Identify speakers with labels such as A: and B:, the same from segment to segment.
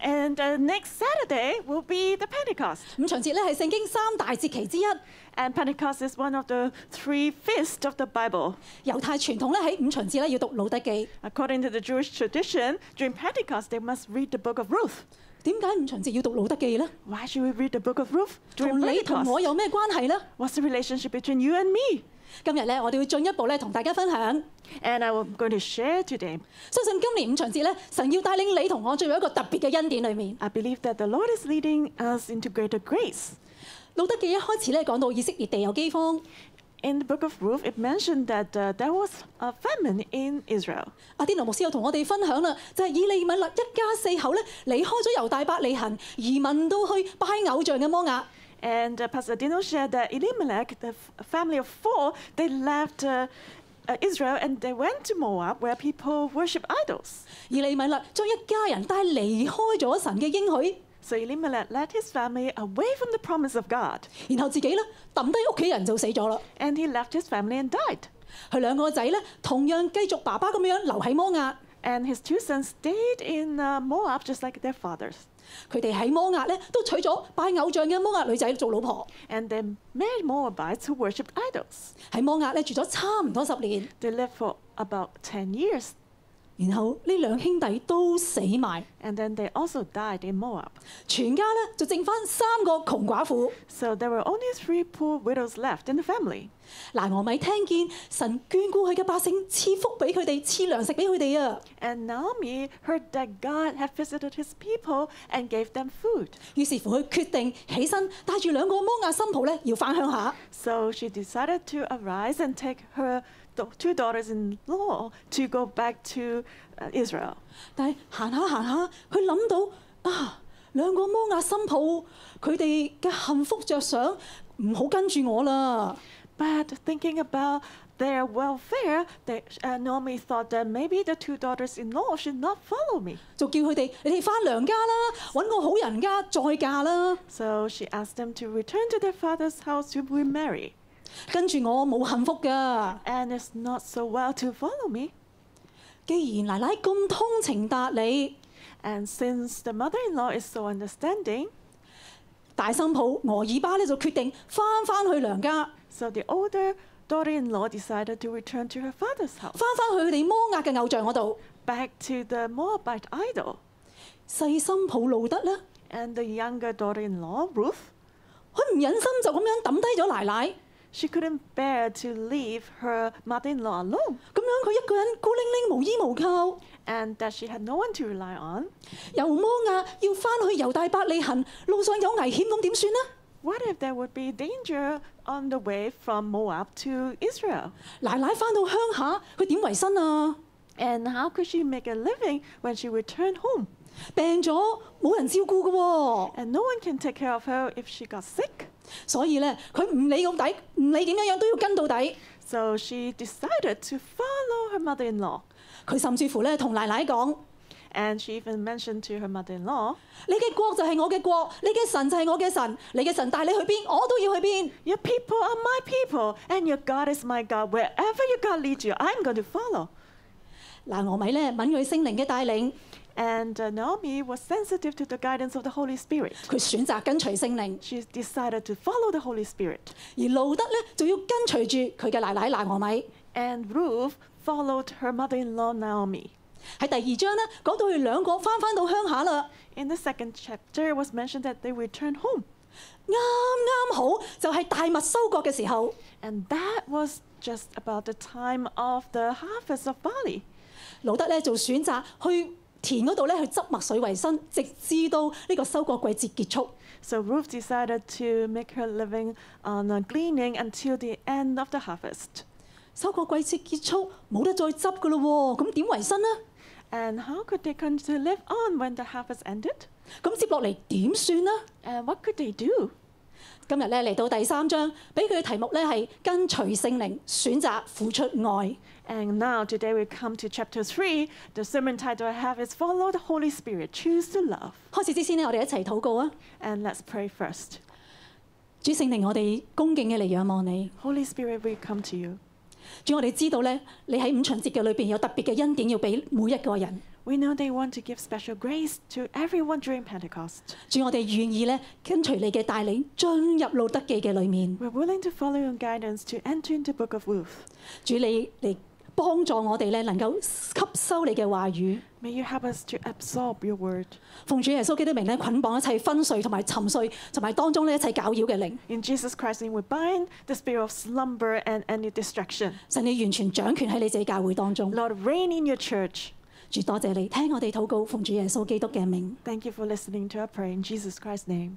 A: And uh, next Saturday will be the Pentecost.
B: 五旬節咧係聖經三大節期之一，
A: And Pentecost is one of the three feasts of the Bible.
B: 猶太傳統咧喺五旬節咧要讀路德記。
A: According to the Jewish tradition, during Pentecost they must read the book of Ruth.
B: 點解五旬節要讀路德記呢？
A: Why should we read the book of Ruth
B: 同
A: during
B: 你同我
A: Pentecost?
B: 有咩關係呢？
A: What's the relationship between you and me?
B: 今日咧，我哋會進一步咧同大家分享。
A: And I'm going to share today.
B: 相信今年五旬節咧，神要帶領你同我進入一個特別嘅恩典裏面。
A: I believe that the Lord is leading us into greater grace.
B: 路德記一開始咧講到以色列地有饑荒，
A: In the book of Ruth, it mentioned that uh, there was a famine in Israel.
B: 阿天奴牧師又同我哋分享啦，就係、以利米勒一家四口咧離開咗猶大伯利恒，移民到去拜偶像嘅摩亞。
A: And uh, Pastor Dino shared that Elimelech, the f- family of four, they left uh, uh, Israel and they went to Moab where people worship idols.
B: 以利米勒將一家人帶離開咗神嘅應許，
A: So Elimelech led his family away from the promise of God
B: 然後自己咧抌低屋企人就死咗啦。
A: and he left his family and died.
B: 佢兩個仔咧同樣繼續爸爸咁樣留喺摩亞，
A: And his two sons stayed in uh, Moab just like their fathers.
B: 佢哋喺摩亞咧都娶咗拜偶像嘅摩亞女仔做老婆，
A: And they married Moabites who worshipped idols.
B: 喺摩亞咧住咗差唔多十年，
A: They lived for about 10 years
B: 然後呢兩兄弟都死埋，
A: and then they also died in Moab.
B: 全家咧就剩翻三個窮寡婦。
A: So there were only three poor widows left in the family.
B: 嗱，俄米聽見神眷顧佢嘅百姓，賜福俾佢哋，賜糧食俾佢哋啊！
A: And Naomi heard that God had visited his people and gave them food.
B: 於是乎佢決定起身，帶住兩個摩亞新抱咧，要返鄉下。
A: So she decided to arise and take her do- two daughters in law to go back to uh, Israel.
B: 但係行下行下，佢諗到啊，兩個摩亞新抱佢哋嘅幸福着想，唔好跟住我啦。
A: But thinking about their welfare, they, uh, Naomi thought that maybe the two daughters in law should not follow me.
B: 就叫佢哋你哋翻娘家啦，揾個好人家再嫁啦。
A: So she asked them to return to their father's house to remarry.
B: 跟住我冇幸福噶。
A: And it's not so well to follow me.
B: 既然奶奶咁通情達理，
A: And since the mother in law is so understanding,
B: 大新抱俄爾巴咧就決定翻返去娘家，
A: so the older daughter in law decided to return to her father's house,
B: 翻返去佢哋摩押嘅偶像嗰度。
A: back to the Moabite idol.
B: 細新抱路德咧，
A: And the younger daughter in law, Ruth,
B: 佢唔忍心就咁樣抌低咗奶奶，
A: she couldn't bear to leave her mother in law alone
B: 咁樣佢一個人孤零零無依無靠，
A: and that she had no one to rely on.
B: 由摩亞要翻去猶大伯利恒，路上有危險咁點算呢？
A: What if there would be danger on the way from Moab to Israel?
B: 奶奶翻到鄉下，佢點維生啊？
A: And how could she make a living when she returned home?
B: 病咗冇人照顧嘅喎，
A: And no one can take care of her if she got sick.
B: 所以咧佢唔理咁底，唔理點樣樣都要跟到底。
A: So she decided to follow her mother in law.
B: 佢甚至乎咧同奶奶講：
A: And she even mentioned to her mother in law,
B: 你嘅國就係我嘅國，你嘅神就係我嘅神，你嘅神帶你去邊，我都要去邊。
A: Your people are my people, and your God is my God. Wherever your God leads you, I'm going to follow.
B: 嗱，俄米咧敏鋭聖靈嘅帶領，
A: And uh, Naomi was sensitive to the guidance of the Holy Spirit.
B: 佢選擇跟隨聖靈，
A: She decided to follow the Holy Spirit.
B: 而路德咧就要跟隨住佢嘅奶奶拿俄米。
A: And Ruth followed her mother in law, Naomi.
B: 喺第二章咧講到佢兩個翻返到鄉下啦，
A: In the second chapter, it was mentioned that they returned home.
B: 啱啱好就係大麥收割嘅時候，
A: And that was just about the time of the harvest of barley.
B: 路德咧就選擇去田嗰度咧去執麥穗為生，直至到呢個收割季節結束。
A: So Ruth decided to make her living on uh, gleaning until the end of the harvest.
B: 收割季節結束冇得再執噶咯喎，咁點維生呢？
A: And how could they continue to live on when the harvest ended?
B: 咁接落嚟點算呢？
A: And what could they do?
B: 今日咧嚟到第三章，俾佢嘅題目咧係跟隨聖靈，選擇付出愛。
A: And now today we come to chapter 3. The sermon title I have is Follow the Holy Spirit, Choose to Love.
B: 開始之先呢，我哋一齊禱告啊！
A: And let's pray first.
B: 主聖靈，我哋恭敬嘅嚟仰望你。
A: Holy Spirit, we come to you.
B: 主，我哋知道咧，你喺五旬節嘅裏邊有特別嘅恩典要俾每一個人。
A: We know they want to give special grace to everyone during Pentecost.
B: 主，我哋願意咧跟隨你嘅帶領，進入路德記嘅裏面。
A: We're willing to follow your guidance to enter into Book of Ruth.
B: 主，你嚟幫助我哋咧，能夠吸收你嘅話語。
A: May you help us to absorb your word.
B: 奉主耶穌基督名咧，捆綁一切昏睡同埋沉睡，同埋當中呢一切攪擾嘅靈。
A: In Jesus Christ's name, we bind the spirit of slumber and any distraction.
B: 神，你完全掌權喺你自己教會當中。
A: Lord, reign in your church.
B: 主多謝你，聽我哋禱告，奉主耶穌基督嘅名，
A: Thank you for listening to our prayer in Jesus Christ's name.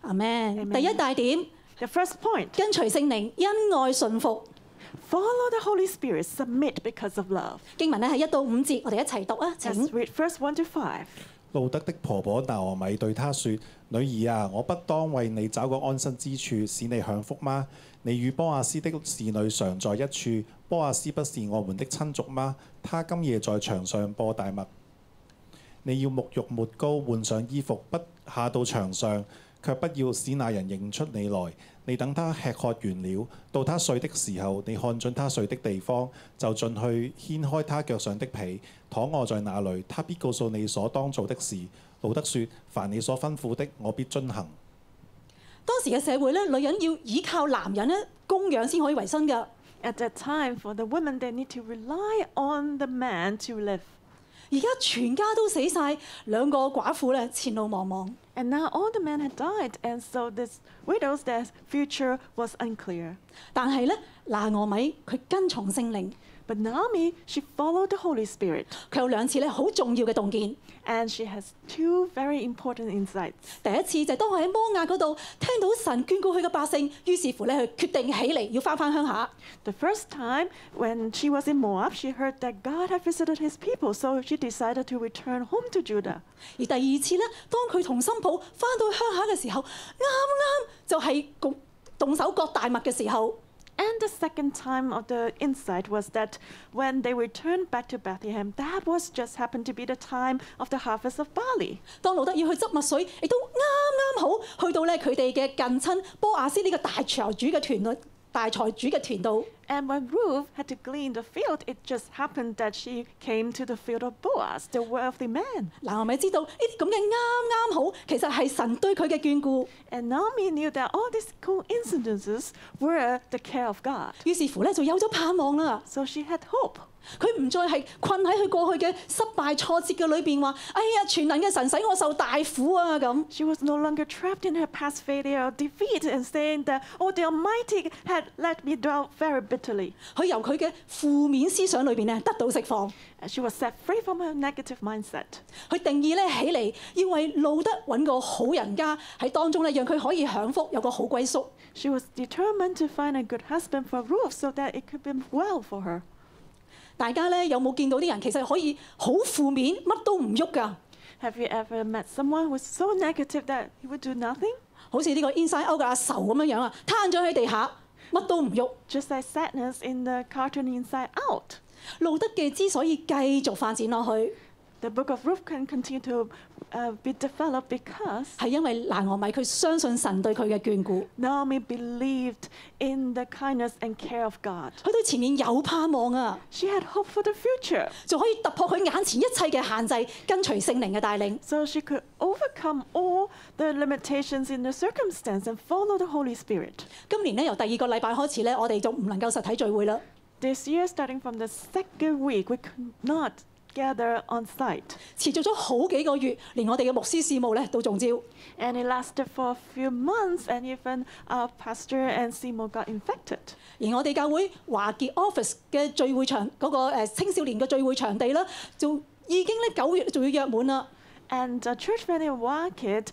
B: 阿門。
A: Amen
B: 第一大點，
A: The first point
B: 跟隨聖靈，恩愛順服。
A: follow the Holy Spirit, submit because of love.
B: 經文咧係一到五節，我哋一齊讀啊！請
A: Let's read first 1 to 5.
C: 路德的婆婆拿俄米對她說：女兒啊，我不當為你找個安身之處，使你享福嗎？你與波亞斯的侍女常在一處，波亞斯不是我們的親族嗎？他今夜在牆上播大麥。你要沐浴抹膏，換上衣服，不下到牆上，卻不要使那人認出你來。你等他吃喝完了，到他睡的時候，你看準他睡的地方，就進去掀開他腳上的被，躺卧在那裏，他必告訴你所當做的事。路德說：凡你所吩咐的，我必遵行。
B: 當時嘅社會咧，女人要依靠男人咧供養先可以維生㗎。
A: At that time, for the women, they need to rely on the man to live.
B: 而家全家都死晒，兩個寡婦咧前路茫茫。
A: And now all the men had died, and so this widows, their future was unclear.
B: 但係咧，拿俄米佢跟從聖靈，
A: But Naomi, she followed the Holy Spirit,
B: 佢有兩次咧好重要嘅洞見。
A: and she has two very important insights.
B: 第一次就係當佢喺摩亞嗰度聽到神眷顧佢嘅百姓，於是乎咧佢決定起嚟要翻返鄉下。
A: The first time when she was in Moab, she heard that God had visited his people, so she decided to return home to Judah.
B: 而第二次咧，當佢同新抱翻到鄉下嘅時候，啱啱就係動動手割大麥嘅時候，
A: And the second time of the insight was that when they returned back to Bethlehem, that was just happened to be the time of the harvest of barley.
B: 當路德要去執麥穗，亦都啱啱好去到咧佢哋嘅近親波亞斯呢個大財主嘅團隊，大財主嘅團度。
A: And when Ruth had to glean the field, it just happened that she came to the field of Boaz, the wealthy man.
B: 嗱，我咪知道呢啲咁嘅啱啱好，其實係神對佢嘅眷顧。
A: And Naomi knew that all these coincidences were the care of God.
B: 於是乎咧就有咗盼望啦。
A: So she had hope.
B: 佢唔再係困喺佢過去嘅失敗挫折嘅裏邊話：哎呀，全能嘅神使我受大苦啊！咁
A: She was no longer trapped in her past failure or defeat and saying that, oh, the Almighty had let me down very bitterly.
B: 佢由佢嘅負面思想裏邊咧得到釋放。
A: And she was set free from her negative mindset.
B: 佢定義咧起嚟要為路德揾個好人家喺當中咧，讓佢可以享福，有個好歸宿。
A: She was determined to find a good husband for Ruth so that it could be well for her.
B: 大家咧有冇見到啲人其實可以好負面，乜都唔喐㗎？
A: Have you ever met someone who's so negative that he would do nothing?
B: 好似呢個 Inside Out 嘅阿仇咁樣樣啊，攤咗喺地下，乜都唔喐。
A: Just like sadness in the cartoon Inside Out.
B: 路德記之所以繼續發展落去，
A: The book of Ruth can continue to uh, be developed because
B: 係因為拿俄米佢相信神對佢嘅眷顧，
A: Naomi believed in the kindness and care of God.
B: 佢對前面有盼望啊，
A: She had hope for the future,
B: 就可以突破佢眼前一切嘅限制，跟隨聖靈嘅帶領。
A: so she could overcome all the limitations in the circumstance and follow the Holy Spirit.
B: 今年咧由第二個禮拜開始咧，我哋就唔能夠實體聚會啦。
A: This year, starting from the second week, we could not gather on site,
B: 持續咗好幾個月，連我哋嘅牧師事務咧都中招。
A: and it lasted for a few months, and even our pastor and Seymour got infected.
B: 而我哋教會華傑 office 嘅聚會場嗰、個、呃、青少年嘅聚會場地啦，就已經咧九月就要約滿啦。
A: And uh, church venue in Waikid,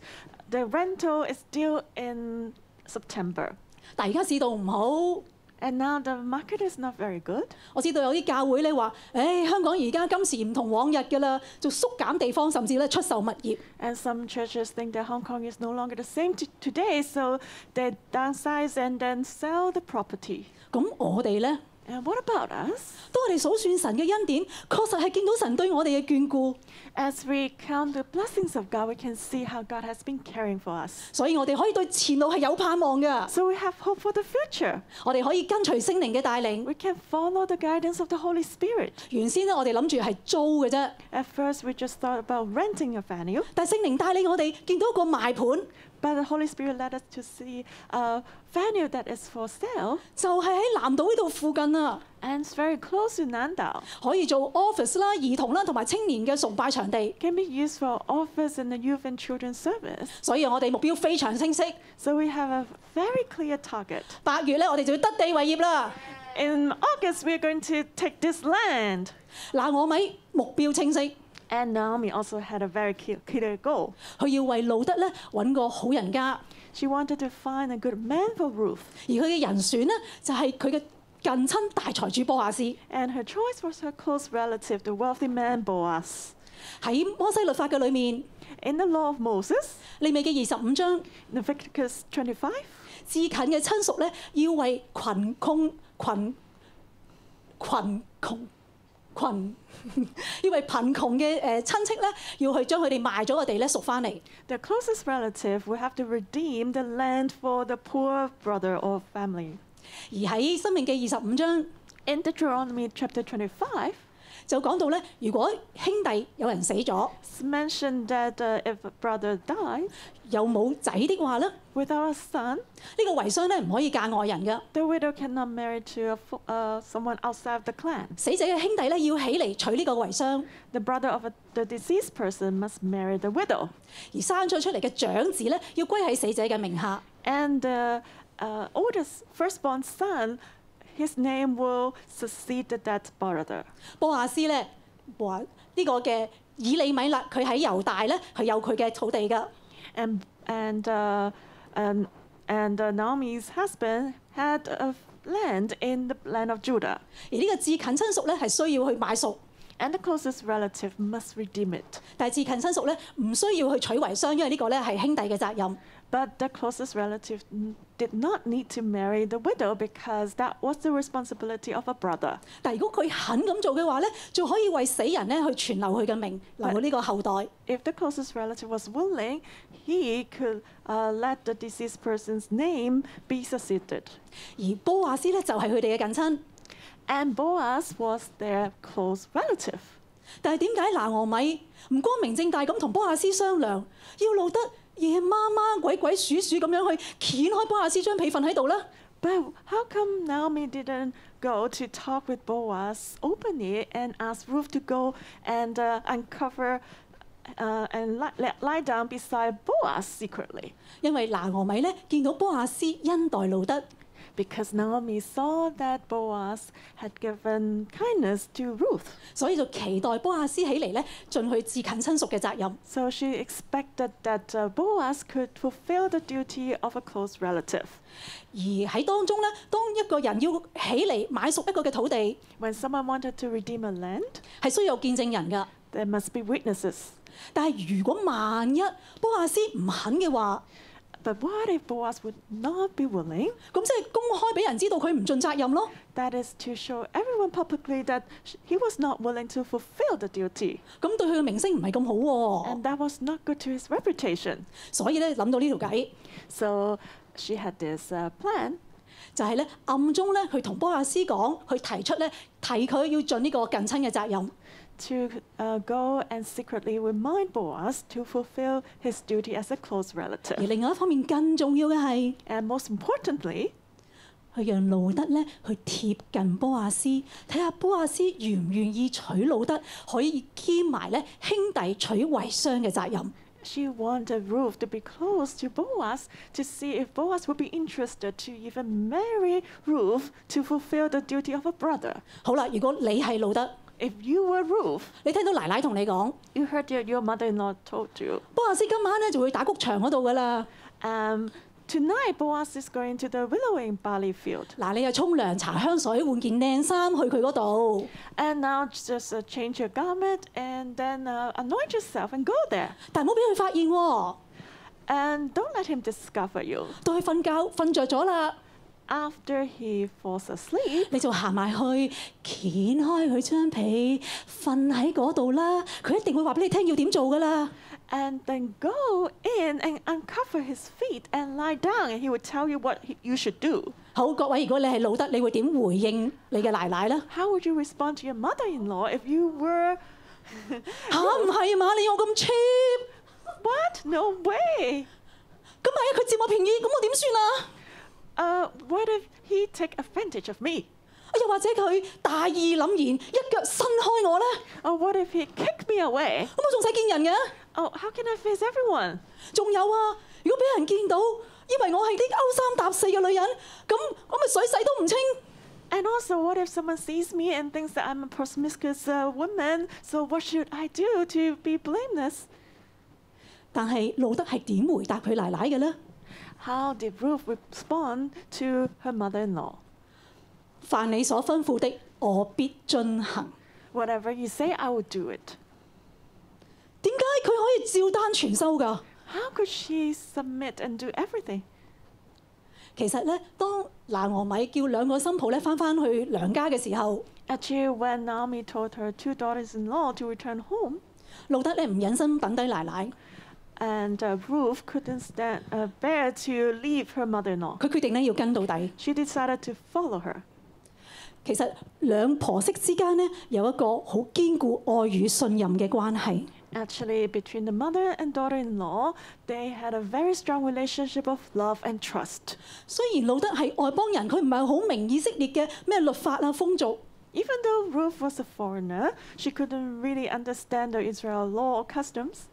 A: the rental is due in September.
B: 但而家市道唔好，
A: And now the market is not very good.
B: 我知道有啲教會咧話：，誒、香港而家今時唔同往日㗎啦，就縮減地方，甚至咧出售物業。
A: And some churches think that Hong Kong is no longer the same t- today, so they downsize and then sell the property.
B: 咁我哋咧，
A: And what about us?
B: 當我哋數算神嘅恩典，確實係見到神對我哋嘅眷顧，
A: As we count the blessings of God, we can see how God has been caring for us.
B: 所以我哋可以對前路係有盼望嘅。
A: So we have hope for the future.
B: 我哋可以跟隨聖靈嘅帶領。
A: We can follow the guidance of the Holy Spirit.
B: 原先咧，我哋諗住係租嘅啫，
A: At first, we just thought about renting a venue,
B: 但係聖靈帶領我哋見到一個賣盤，
A: but the Holy Spirit led us to see a venue that is for sale
B: 就係喺南島呢度附近啊，
A: and it's very close to Nandao.
B: 可以做 office 啦、兒童啦同埋青年嘅崇拜場地。
A: Can be used for office and the youth and children's service.
B: 所以我哋目標非常清晰。
A: So we have a very clear target.
B: 八月咧，我哋就要得地為業啦。
A: In August, we're going to take this land.
B: 嗱，我咪目標清晰，
A: And Naomi also had a very clear- clear goal.
B: 佢要為路德咧揾個好人家，
A: She wanted to find a good man for Ruth,
B: 而佢嘅人選呢，就係佢嘅近親大財主波亞斯。
A: and her choice was her close relative, the wealthy man Boaz.
B: 喺摩西律法嘅裏面，
A: In the law of Moses,
B: 利未記二十五章，
A: Leviticus 25,
B: 至近嘅親屬咧要為群窮群群窮群， 要為貧窮嘅誒親戚咧，要去將佢哋賣咗嘅地咧贖翻嚟。
A: the closest relative will have to redeem the land for the poor brother or family.
B: 而喺《生命記》二十五章
A: In Deuteronomy chapter 25,
B: 就講到咧，如果兄弟有人死咗，
A: it's mentioned that uh, if a brother dies
B: 又冇仔的話咧，呢、
A: without a son,
B: 個遺孀咧唔可以嫁外人嘅。
A: the widow cannot marry to a fo- uh, someone outside the clan.
B: 死者嘅兄弟咧要起嚟娶呢個遺孀，
A: The brother of a, the deceased person must marry the widow.
B: 而生咗出嚟嘅長子咧要歸喺死者嘅名下。
A: And the uh, oldest firstborn son, his name will succeed the dead brother.
B: 波亞斯咧話呢個嘅以利米勒，佢喺猶大咧，佢有佢嘅土地㗎。
A: And and uh, and, and uh, Naomi's husband had a land in the land of Judah,
B: 而呢個至近親屬咧係需要去買贖，
A: and the closest relative must redeem it.
B: 但係至近親屬咧唔需要去娶遺孀，因為呢個咧係兄弟嘅責任。
A: But the closest relative n- did not need to marry the widow because that was the responsibility of a brother.
B: 但係如果佢肯咁做嘅話咧，仲可以為死人咧去傳留佢嘅名，留佢呢個後代。
A: If the closest relative was willing, he could uh, let the deceased person's name be succeeded.
B: 而波亞斯咧就係佢哋嘅近親。
A: And Boaz was their close relative.
B: 但係點解拿俄米唔光明正大咁同波亞斯商量，要路得夜媽媽鬼鬼鼠鼠咁樣去掀開波亞斯張被瞓喺度咧？
A: But how come Naomi didn't go to talk with Boaz openly and ask Ruth to go and uh, uncover uh, and li- li- lie down beside Boaz secretly?
B: 因為拿俄米咧見到波亞斯恩待路德，
A: Because Naomi saw that Boaz had given kindness to Ruth.
B: 所以就期待波亞斯起嚟咧盡佢至近親屬嘅責任。
A: So she expected that uh, Boaz could fulfill the duty of a close relative.
B: 而喺當中咧，當一個人要起嚟買贖一個嘅土地，
A: When someone wanted to redeem a land,
B: 係需要有見證人㗎。
A: there must be witnesses.
B: 但係如果萬一波亞斯唔肯嘅話，
A: But what if Boaz would not be willing?
B: 咁即係公開俾人知道佢唔盡責任咯。
A: That is to show everyone publicly that sh- he was not willing to fulfill the duty.
B: 咁對佢嘅名聲唔係咁好喎、
A: And that was not good to his reputation.
B: 所以咧諗到呢條計，
A: So she had this uh, plan
B: 就係、咧暗中咧去同波亞斯講，去提出咧提佢要盡呢個近親嘅責任。
A: to uh, go and secretly remind Boaz to fulfill his duty as a close
B: 而
A: relative.
B: 另外一方面更重要嘅係。
A: And most importantly,
B: 去讓路德咧去貼近波亞斯，睇下波亞斯願唔願意娶路德，可以兼埋咧兄弟娶遺孀嘅責任。
A: she wanted Ruth to be close to Boaz to see if Boaz would be interested to even marry Ruth to fulfill the duty of a brother.
B: 好啦，如果你係路德，
A: If you were Ruth,
B: 你聽到奶奶同你講，
A: You heard your, your mother-in-law told you.
B: 波亞斯今晚咧就會打谷場嗰度噶啦，
A: Um, tonight, Boaz is going to the willowing barley field.
B: 嗱你又沖涼、搽香水、換件靚衫去佢嗰度，
A: And now just uh, change your garment and then uh, anoint yourself and go there.
B: 但係唔好俾佢發現喎、
A: And don't let him discover you.
B: 到佢瞓覺瞓着咗啦，
A: After he falls asleep,
B: 你就行埋去，掀開佢張被，瞓喺嗰度啦。佢一定會話俾你聽要點做噶啦。
A: and then go in and uncover his feet and lie down, and he will tell you what he, you should do.
B: 好，各位，如果你係老得，你會點回應你嘅奶奶呢？
A: How would you respond to your mother-in-law if you were
B: 吓，唔係啊嘛，你要我咁 cheap，
A: what? No way.
B: 咁萬一佢佔我便宜，咁我點算啊？
A: Uh, what if he take advantage of me?
B: 又或者佢大義凛然，一腳伸開我呢？
A: Or what if he kick me away?
B: 咁我仲使見人嘅？
A: Oh, how can I face everyone?
B: 仲有啊，如果俾人見到，以為我係啲勾三搭四嘅女人，咁我咪水洗都唔清。
A: And also, what if someone sees me and thinks that I'm a promiscuous uh, woman? So what should I do to be blameless?
B: 但係路德係點回答佢奶奶嘅呢？
A: How did Ruth respond to her mother-in-law?
B: 凡你所吩咐的，我必進行。
A: Whatever you say, I will do it.
B: 點解佢可以照單全收㗎？
A: How could she submit and do everything?
B: 其實咧，當拿俄米叫兩個新抱咧翻返去娘家嘅時候，
A: Actually, when Naomi told her two daughters-in-law to return home,
B: 路德咧唔忍心等低奶奶，
A: and uh, Ruth couldn't stand, uh, bear to leave her mother-in-law,
B: 佢決定咧要跟到底。
A: she decided to follow her.
B: 其實兩婆媳之間咧有一個好堅固愛與信任嘅關係。
A: Actually, between the mother and daughter-in-law, they had a very strong relationship of love and trust.
B: 雖然路德係外邦人，佢唔係好明以色列嘅咩律法啊風俗，
A: Even though Ruth was a foreigner, she couldn't really understand the Israel law or customs,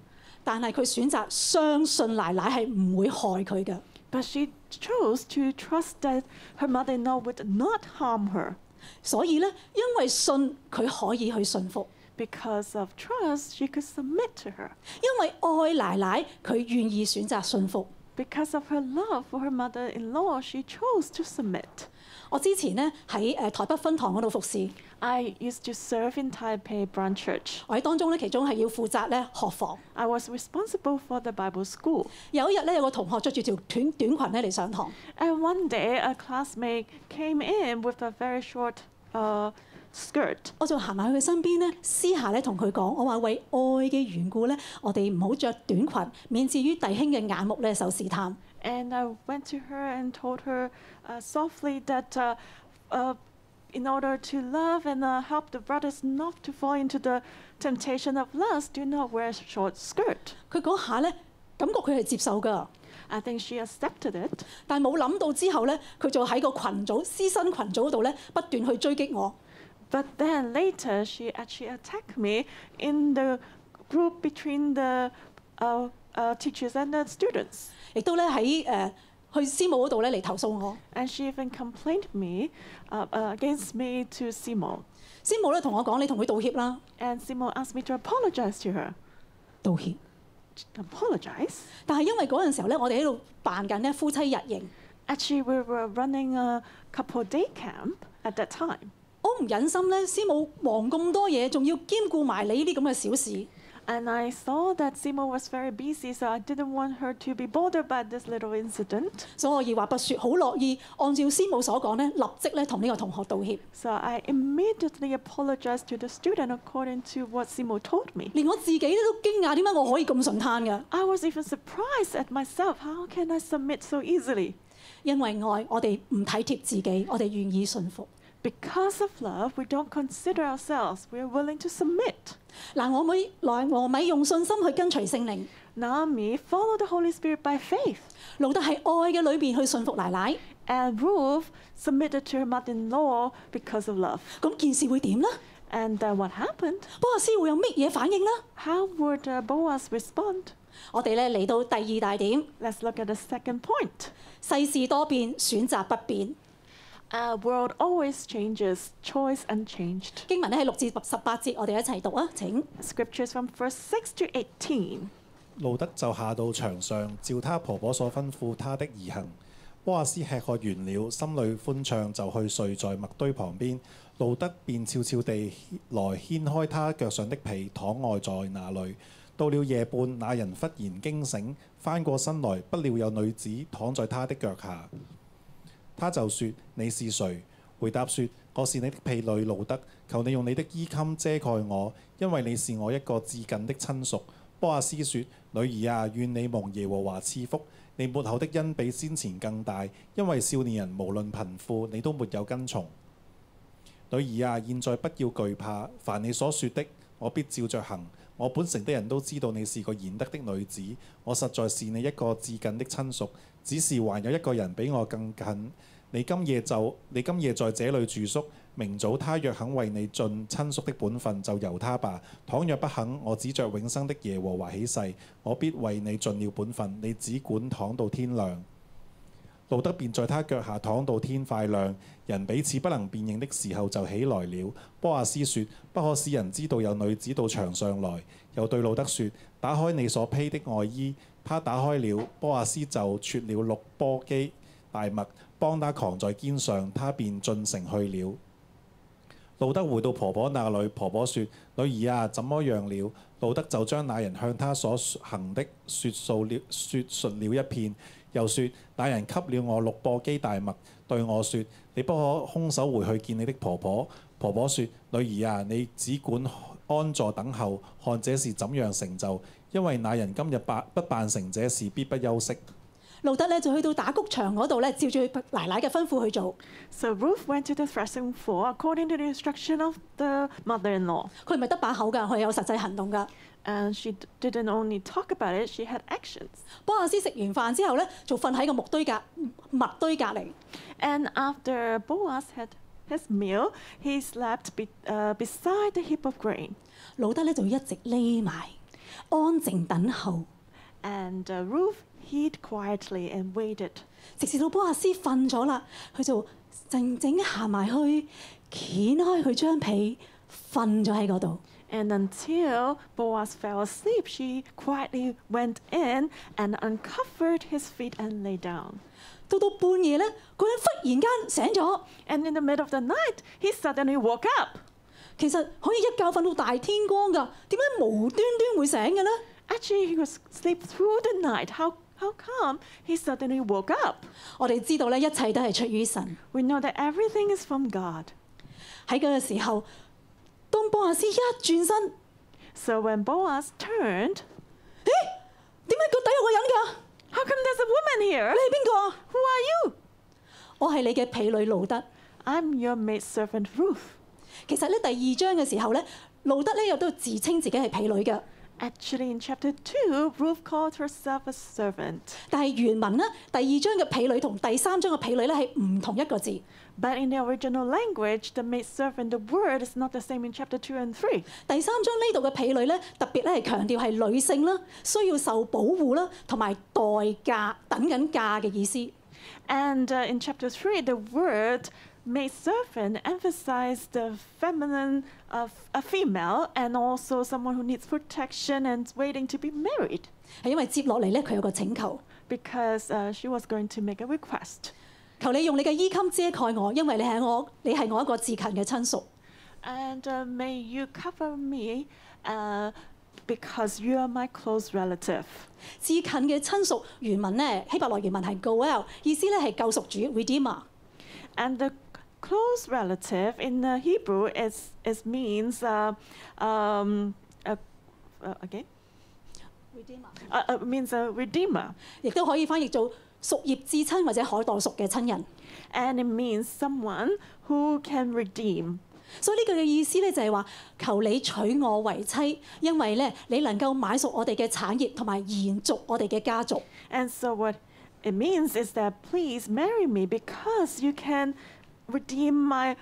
B: 但係佢選擇相信奶奶係唔會害佢嘅。
A: but she chose to trust that her mother-in-law would not harm her.
B: 所以咧，因為信佢可以去信服，
A: Because of trust, she could submit to her.
B: 因為愛奶奶，佢願意選擇信服。
A: Because of her love for her mother-in-law, she chose to submit.
B: 我之前咧喺誒台北分堂嗰度服侍，
A: I used to serve in Taipei Branch Church.
B: 我喺當中咧其中係要負責咧學房。
A: I was responsible for the Bible school.
B: 有一日咧有個同學着住條短短裙咧嚟上堂，
A: And one day, a classmate came in with a very short uh, skirt.
B: 我就行埋去佢身邊咧，私下咧同佢講，我話為愛嘅緣故咧，我哋唔好着短裙，免至於弟兄嘅眼目咧受試探。
A: And I went to her and told her uh, softly that uh, uh, in order to love and uh, help the brothers not to fall into the temptation of lust, do not wear short skirt.
B: 佢嗰下咧感覺佢係接受㗎，
A: I think she accepted it.
B: 但係冇諗到之後咧，佢就喺個群組私生群組嗰度咧不斷去追擊我。
A: But then later, she actually attacked me in the group between the uh, uh, teachers and the students.
B: 亦都咧喺誒去師母嗰度咧嚟投訴我。
A: And she even complained me uh, uh, against me to Simo.
B: 師母咧同我講：你同佢道歉啦，
A: And Simo asked me to apologize to her.
B: 道歉。
A: Apologize?
B: 但係因為嗰陣時候咧，我哋喺度辦緊咧夫妻日營，
A: Actually, we were running a couple day camp at that time.
B: 我唔忍心咧，師母忙咁多嘢，仲要兼顧埋你呢啲咁嘅小事，
A: And I saw that Simo was very busy, so I didn't want her to be bothered by this little incident.
B: 所以我二話不説，好樂意按照師母所講咧，立即咧同呢個同學道歉，
A: So I immediately apologized to the student according to what Simo told me.
B: 連我自己都驚訝點解我可以咁順攤嘅，
A: I was even surprised at myself. How can I submit so easily?
B: 因為愛，我哋唔體貼自己，我哋願意信服。
A: Because of love, we don't consider ourselves. We are willing to submit.
B: 嗱，我妹來和米用信心去跟隨聖靈，
A: Naomi followed the Holy Spirit by faith,
B: 路得喺愛嘅裏邊去信服奶奶，
A: and Ruth submitted to her mother-in-law because of love.
B: 咁件事會點呢？
A: And then what happened?
B: 波阿斯會有乜嘢反應呢？
A: How would uh, Boaz respond?
B: 我哋咧嚟到第二大點，
A: Let's look at the second point.
B: 世事多變，選擇不變。
A: Our Uh, world always changes, choice unchanged.
B: 經文咧喺六至十八節，我哋一齊讀啊！請
A: Scriptures from verse 6 to 18.
C: 路德就下到場上，照他婆婆所吩咐他的而行。波阿斯吃喝完了，心裏歡暢，就去睡在麥堆旁邊。路德便悄悄地來掀開他腳上的被，躺卧在那裏。到了夜半，那人忽然驚醒，翻過身來，不料有女子躺在他的腳下。他就說：你是誰？回答說：我是你的婢女路德，求你用你的衣襟遮蓋我，因為你是我一個至近的親屬。波阿斯說：女兒啊，願你蒙耶和華賜福，你末後的恩比先前更大，因為少年人無論貧富，你都沒有跟從。女兒啊，現在不要懼怕，凡你所說的，我必照着行。我本城的人都知道你是個賢德的女子，我實在是你一個至近的親屬，只是還有一個人比我更近。你今夜就你今夜在這裏住宿，明早他若肯為你盡親屬的本分，就由他吧。倘若不肯，我指着永生的耶和華起誓，我必為你盡了本分，你只管躺到天亮。路德便在他腳下躺到天快亮，人彼此不能辨認的時候就起來了。波亞斯說：不可使人知道有女子到場上來。又對路德說：打開你所披的外衣。他打開了，波亞斯就撮了六波基大麥，幫他扛在肩上，他便進城去了。路德回到婆婆那裏，婆婆說：女兒啊，怎麼樣了？路德就將那人向他所行的説述了，説述了一遍。又說：那人給了我六簸箕大麥，對我說：你不可空手回去見你的婆婆。婆婆說：女兒啊，你只管安坐等候，看這事怎樣成就，因為那人今日辦不辦成這事，必不休息。
B: 路德咧就去到打谷場嗰度咧，照住佢奶奶嘅吩咐去做。
A: So Ruth went to the threshing floor according to the instruction of the mother-in-law.
B: 佢唔係得把口㗎，佢係有實際行動㗎。
A: And she d- didn't only talk about it, she had actions.
B: 波亞斯食完飯之後咧，就瞓喺個木堆隔麥堆隔離。
A: And after Boaz had his meal, he slept be, uh, beside the heap of grain.
B: 老德咧就一直匿埋，安靜等候，
A: And uh, Ruth hid quietly and waited.
B: 直至到波亞斯瞓咗啦，佢就靜靜行埋去，掀開佢張被，瞓咗喺嗰度。
A: And until Boaz fell asleep, she quietly went in and uncovered his feet and lay down.
B: 到到半夜咧，嗰人忽然間醒咗，
A: And in the middle of the night, he suddenly woke up.
B: 其實可以一覺瞓到大天光㗎，點解無端端會醒嘅咧？
A: Actually, he was asleep through the night. How, how come he suddenly woke up?
B: 我哋知道咧，一切都係出於神。
A: We know that everything is from God.
B: 喺嗰個時候，當波亞斯一轉身，
A: So when Boaz turned,
B: 咦？點解腳底有個人㗎？
A: how come there's a woman here?
B: 你係邊個啊？
A: Who are you?
B: 我係你嘅婢女路德。
A: I'm your maidservant Ruth.
B: 其實咧，第二章嘅時候咧，路德咧又都自稱自己係婢女嘅，
A: Actually, in chapter 2, Ruth called herself a servant.
B: 但係原文咧，第二章嘅婢女同第三章嘅婢女咧係唔同一個字。
A: But in the original language, the maidservant, the word, is not the same in chapter 2 and 3.
B: 第三章呢度嘅婢女咧，特別咧係強調係女性啦，需要受保護啦，同埋代價等緊價嘅意思。
A: And uh, in chapter 3, the word maidservant emphasized the feminine of a female and also someone who needs protection and waiting to be married
B: 係因為接落嚟咧，佢有個請求，
A: because uh, she was going to make a request.
B: 求你用你嘅衣襟遮蓋我，因為你係我，你係我一個至近嘅親屬。
A: And uh, may you cover me uh, because you are my close relative.
B: 至近嘅親屬原文咧，希伯來原文係 goel，意思咧係救贖主 redeemer。
A: And the c- close relative in uh, Hebrew is, is means uh, um, uh, uh, again uh, uh, means a redeemer,
B: 亦都可以翻譯做屬業至親或者海盜屬嘅親人。
A: and it means someone who can redeem.
B: 所以呢句嘅意思咧就係話：求你娶我為妻，因為咧你能夠買贖我哋嘅產業同埋延續我哋嘅家族。
A: And so what it means is that please marry me because you can redeem my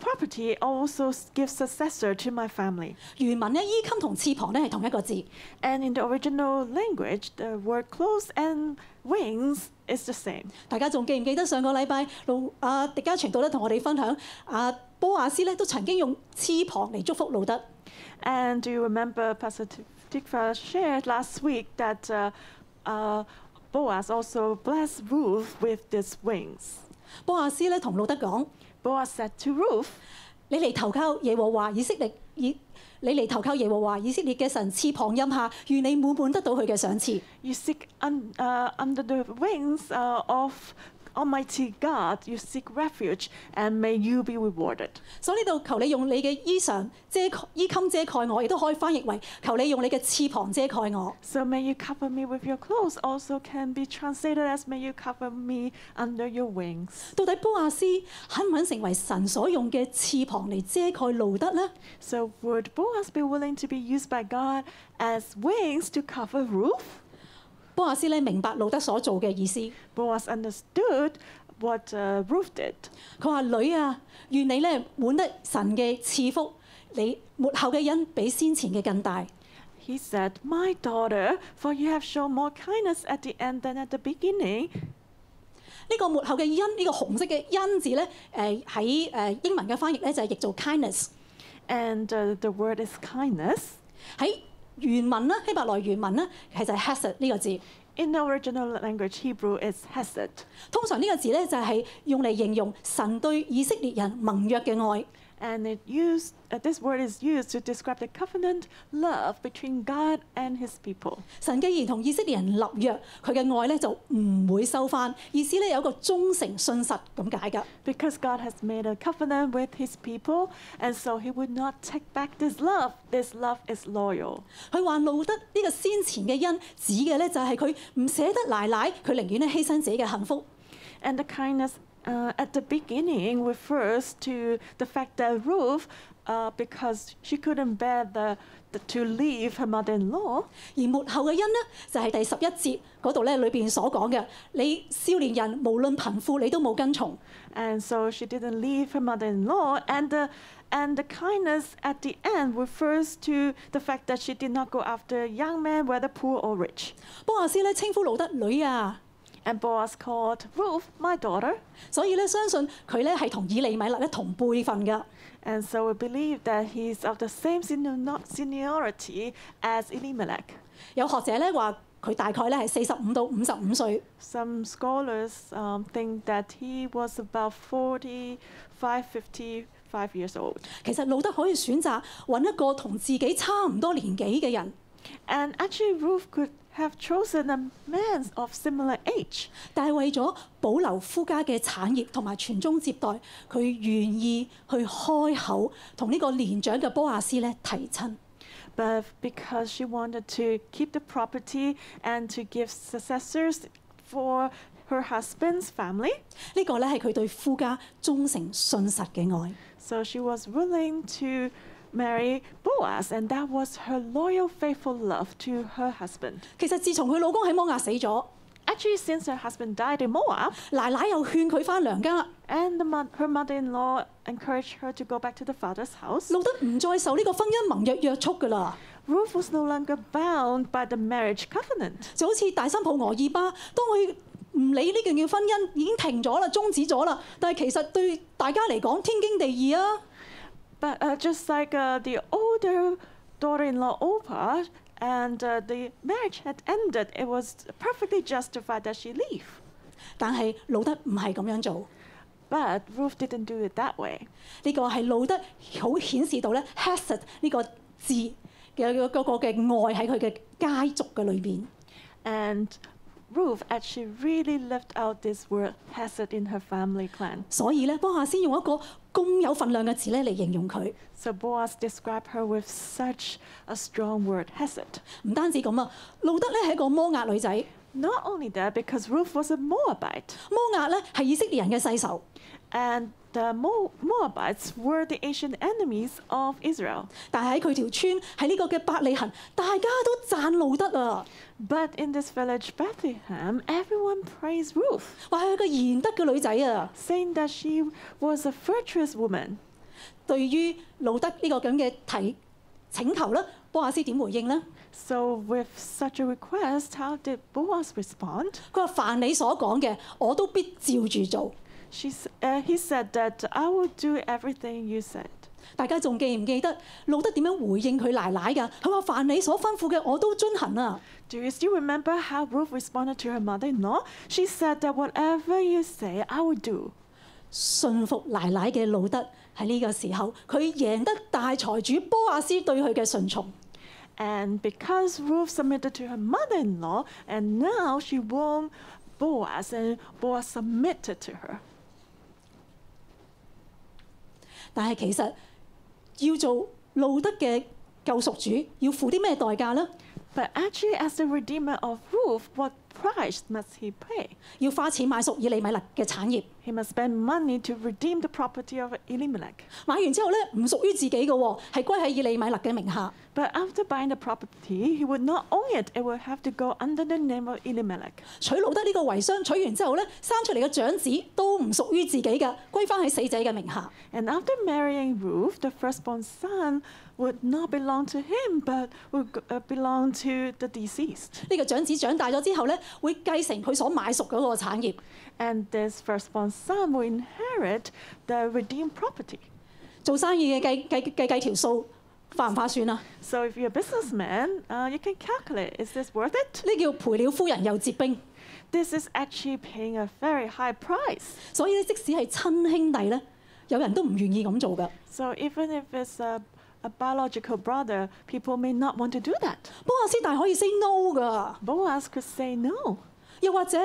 A: property, also s- give successor to my family.
B: 原文咧衣襟同翅膀咧係同一個字，
A: And in the original language, the word clothes and wings is the same.
B: 大家仲記唔記得上個禮拜路阿迪加傳道咧同我哋分享，阿、波亞斯咧都曾經用翅膀嚟祝福路德。
A: And do you remember Pastor Ti- Tikva shared last week that uh, uh, Boaz also blessed Ruth with these wings?
B: 波亞斯咧同路德講：
A: Boaz said to Ruth,
B: 你嚟投靠耶和華以色列以，你嚟投靠耶和華以色列嘅神翅膀蔭下，願你滿滿得到佢嘅賞賜。
A: You seek un, uh, under the wings uh, of Almighty God, you seek refuge, and may you be rewarded.
B: 所以呢度求你用你嘅衣裳遮蓋衣襟遮蓋我，亦都可以翻譯為求你用你嘅翅膀遮蓋我。
A: So may you cover me with your clothes, also can be translated as may you cover me under your wings.
B: 到底波亞斯肯唔肯成為神所用嘅翅膀嚟遮蓋路德呢？
A: So would Boaz be willing to be used by God as wings to cover roof?
B: 波亞斯咧明白路德所做嘅意思，
A: Boaz understood what uh, roof did.
B: 佢話：女啊，願你咧滿得神嘅賜福，你末後嘅恩比先前嘅更大。
A: He said, My daughter, for you have shown more kindness at the end than at the beginning.
B: 呢個末後嘅恩，呢、個紅色嘅恩字咧，誒喺誒英文嘅翻譯咧就係譯做 kindness。
A: And uh, the word is kindness.
B: 喺原文咧希伯來原文咧，其實係 hesed 呢個字。
A: In the original language, Hebrew is hesed.
B: 通常呢個字咧就係用嚟形容神對以色列人盟約嘅愛。
A: And it used, uh, this word is used to describe the covenant love between God and his people.
B: 神既然同以色列人立約，佢嘅愛咧就唔會收翻，意思咧有一個忠誠信實咁解㗎。
A: Because God has made a covenant with his people, and so he would not take back this love. This love is loyal.
B: 佢話路德呢個先前嘅恩指嘅咧就係佢唔捨得奶奶，佢寧願咧犧牲自己嘅幸福。
A: And the kindness uh, at the beginning refers to the fact that Ruth, uh, because she couldn't bear the, the, to leave her mother in law,
B: 而末後嘅恩呢，就係、第十一節嗰度咧裏邊所講嘅，你少年人無論貧富，你都冇跟從。
A: and so she didn't leave her mother in law. And the, and the kindness at the end refers to the fact that she did not go after young men, whether poor or rich.
B: 波亞斯咧稱呼路德女啊，
A: And Boaz called Ruth my daughter.
B: 所以咧相信佢咧係同以利米勒咧同輩份㗎。
A: And so we believe that he's of the same senior- not seniority as Elimelech.
B: 有學者咧話佢大概咧係四十五到五十五歲。
A: Some scholars um, think that he was about 45, 55 years old.
B: 其實路德可以選擇揾一個同自己差唔多年紀嘅人，
A: And actually, Ruth could have chosen a man of similar age.
B: 但係為咗保留夫家嘅產業同埋傳宗接代，佢願意去開口同呢個年長嘅波亞斯咧提親。
A: But because she wanted to keep the property and to give successors for her husband's family,
B: 呢個咧係佢對夫家忠誠信實嘅愛。
A: so she was willing to marry Boaz, and that was her loyal, faithful love to her husband.
B: 其實自從佢老公喺摩亞死咗，
A: Actually, since her husband died in Moab,
B: 奶奶又勸佢翻娘家，
A: And the mo- her mother-in-law encouraged her to go back to the father's house.
B: 路德唔再受呢個婚姻盟約約束㗎啦，
A: Ruth was no longer bound by the marriage covenant.
B: 就好似大新抱俄爾巴，當佢唔理呢段嘅婚姻已經停咗啦，終止咗啦，但係其實對大家嚟講天經地義啊！
A: But uh, just like uh, the older daughter-in-law Oprah, and uh, the marriage had ended, it was perfectly justified that she leave.
B: 但係路德唔係咁樣做，
A: But Ruth didn't do it that way.
B: 呢、個係路德好顯示到咧 hesed 呢個字嘅嗰個嘅愛喺佢嘅家族嘅裏邊。
A: And Ruth actually really lived out this word hazard in her family clan.
B: 所以咧，波亞斯用一個咁有份量嘅字咧嚟形容佢。
A: So Boaz described her with such a strong word, hazard.
B: 唔單止咁啊，路德咧係一個摩押女仔，
A: Not only that, because Ruth was a Moabite,
B: 摩押咧係以色列人嘅世仇，
A: and the Mo- Moabites were the ancient enemies of Israel.
B: 但係喺佢條村喺呢個嘅伯利恒，大家都讚路德啊，
A: But in this village, Bethlehem, everyone praised Ruth,
B: 話佢係個賢德嘅女仔啊。
A: saying that she was a virtuous woman.
B: 對於路德呢個咁嘅提請求咧，波亞斯點回應呢？
A: So, with such a request, how did Boaz respond?
B: 佢話：凡你所講嘅，我都必照住做。
A: She, s- uh, he said that I will do everything you said.
B: 大家仲記唔記得路德點樣回應佢奶奶㗎？佢話：凡你所吩咐嘅，我都遵行啊！
A: Do you still remember how Ruth responded to her mother in law? She said that whatever you say, I will do.
B: 信服奶奶嘅路德喺呢個時候，佢贏得大財主波亞斯對佢嘅順從。
A: And because Ruth submitted to her mother in law, and now she won Boaz, and Boaz submitted to her.
B: 但係其實要做路德嘅救贖主，要付啲咩代價呢？
A: But actually, as the redeemer of Ruth, what price must he pay?
B: 要花錢買屬以利米勒嘅產業，
A: He must spend money to redeem the property of Elimelech.
B: 買完之後咧唔屬於自己嘅喎，係歸喺以利米勒嘅名下。
A: But after buying the property, he would not own it. It would have to go under the name of Elimelech.
B: 取路德呢個遺孀，取完之後咧生出嚟嘅長子都唔屬於自己嘅，歸翻喺死者嘅名下。
A: And after marrying Ruth, the firstborn son would not belong to him, but would go- uh, belong to the deceased.
B: 呢個長子長大咗之後咧，會繼承佢所買屬嗰個產業。
A: And this firstborn son will inherit the redeemed property.
B: 做生意嘅計計計計條數，化唔化算啊？
A: So if you're a businessman, uh, you can calculate is this worth it?
B: 呢叫賠了夫人又折兵。
A: This is actually paying a very high price.
B: 所以咧，即使係親兄弟咧，有人都唔願意咁做噶。
A: So even if it's a, a biological brother, people may not want to do that.
B: 波亞斯大可以 say no 噶，
A: Boaz could say no.
B: 又或者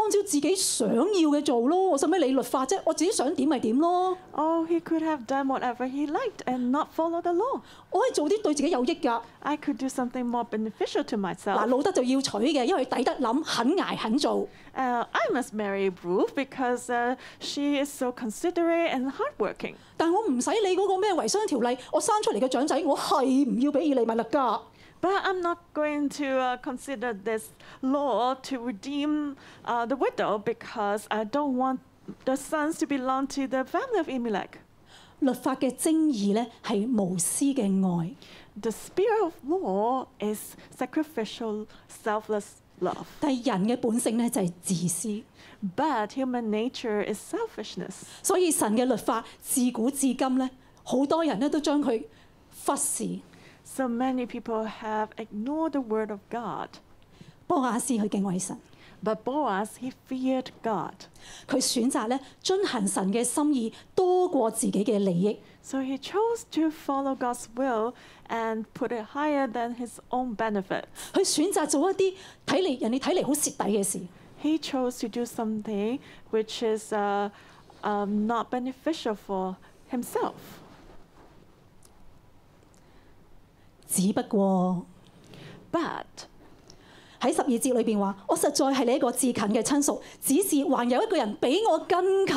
B: 按照自己想要嘅做咯。我使咩理律法啫？我自己想點咪點咯。
A: Oh, he could have done whatever he liked and not follow the law.
B: 我係做啲對自己有益㗎。
A: I could do something more beneficial to
B: 嗱，
A: myself.
B: 老德就要娶嘅，因為佢抵得諗，肯捱肯做。
A: Uh, I must marry Ruth because uh, she is so considerate and hardworking.
B: 但我唔使理嗰個咩遺孀條例，我生出嚟嘅長仔，我係唔要俾以利米勒㗎。
A: But I'm not going to uh, consider this law to redeem uh, the widow because I don't want the sons to belong to the family of Elimelech.
B: 律法嘅精義咧係無私嘅愛，
A: The spirit of law is sacrificial, selfless love.
B: 但係人嘅本性咧就係自私，
A: But human nature is selfishness.
B: 所以神嘅律法自古至今咧，好多人咧都將佢忽視。
A: So many people have ignored the word of God.
B: 波亞斯去敬畏神，
A: But Boaz, he feared God.
B: 佢選擇咧遵行神嘅心意多過自己嘅利益。
A: So he chose to follow God's will and put it higher than his own benefit.
B: 佢選擇做一啲睇嚟人哋睇嚟好蝕底嘅事，
A: He chose to do something which is uh, um, not beneficial for himself.
B: 只不過
A: But
B: 喺十二節裏邊話：我實在係你一個至近嘅親屬，只是還有一個人比我更近。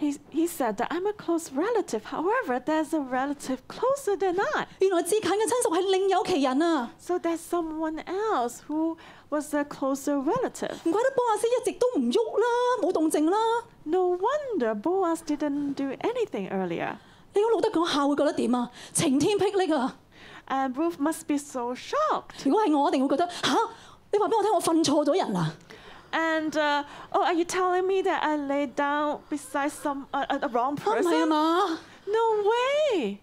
A: he, he said that I'm a close relative. However, there's a relative closer than I.
B: 原來至近嘅親屬係另有其人啊！
A: So there's someone else who was a closer relative.
B: 唔怪得波亞斯一直都唔喐啦，冇動靜啦。
A: No wonder Boaz didn't do anything earlier.
B: 你講路德講下會覺得點啊？晴天霹靂啊！
A: And Ruth must be so shocked.
B: 如果係我，我一定會覺得吓，你話俾我聽，我瞓錯咗人啊！
A: And uh, oh, are you telling me that I laid down beside some uh, uh, the wrong
B: 啊唔係啊
A: person?
B: 嘛，
A: No way.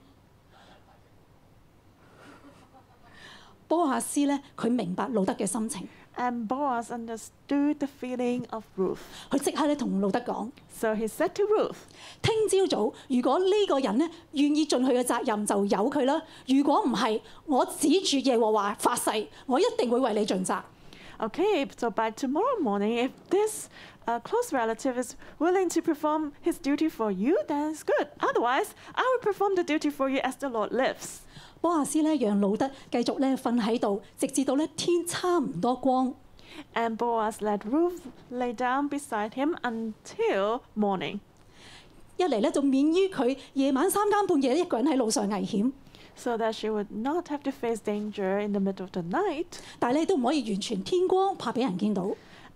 B: 波亞斯咧，佢明白路德嘅心情，
A: And Boaz understood the feeling of Ruth.
B: 佢即刻咧同路德講：
A: So he said to Ruth,
B: 聽朝早，如果呢個人咧願意盡佢嘅責任，就由佢啦；如果唔係，我指住耶和華發誓，我一定會為你盡責。
A: Okay, so by tomorrow morning, if this uh, close relative is willing to perform his duty for you, then it's good. Otherwise, I will perform the duty for you as the Lord lives.
B: 波亞斯咧讓路德繼續咧瞓喺度，直至到咧天差唔多光。
A: And Boaz let Ruth lay down beside him until morning.
B: 一嚟咧就免於佢夜晚三更半夜一個人喺路上危險，
A: so that she would not have to face danger in the middle of the night.
B: 但係咧都唔可以完全天光，怕俾人見到。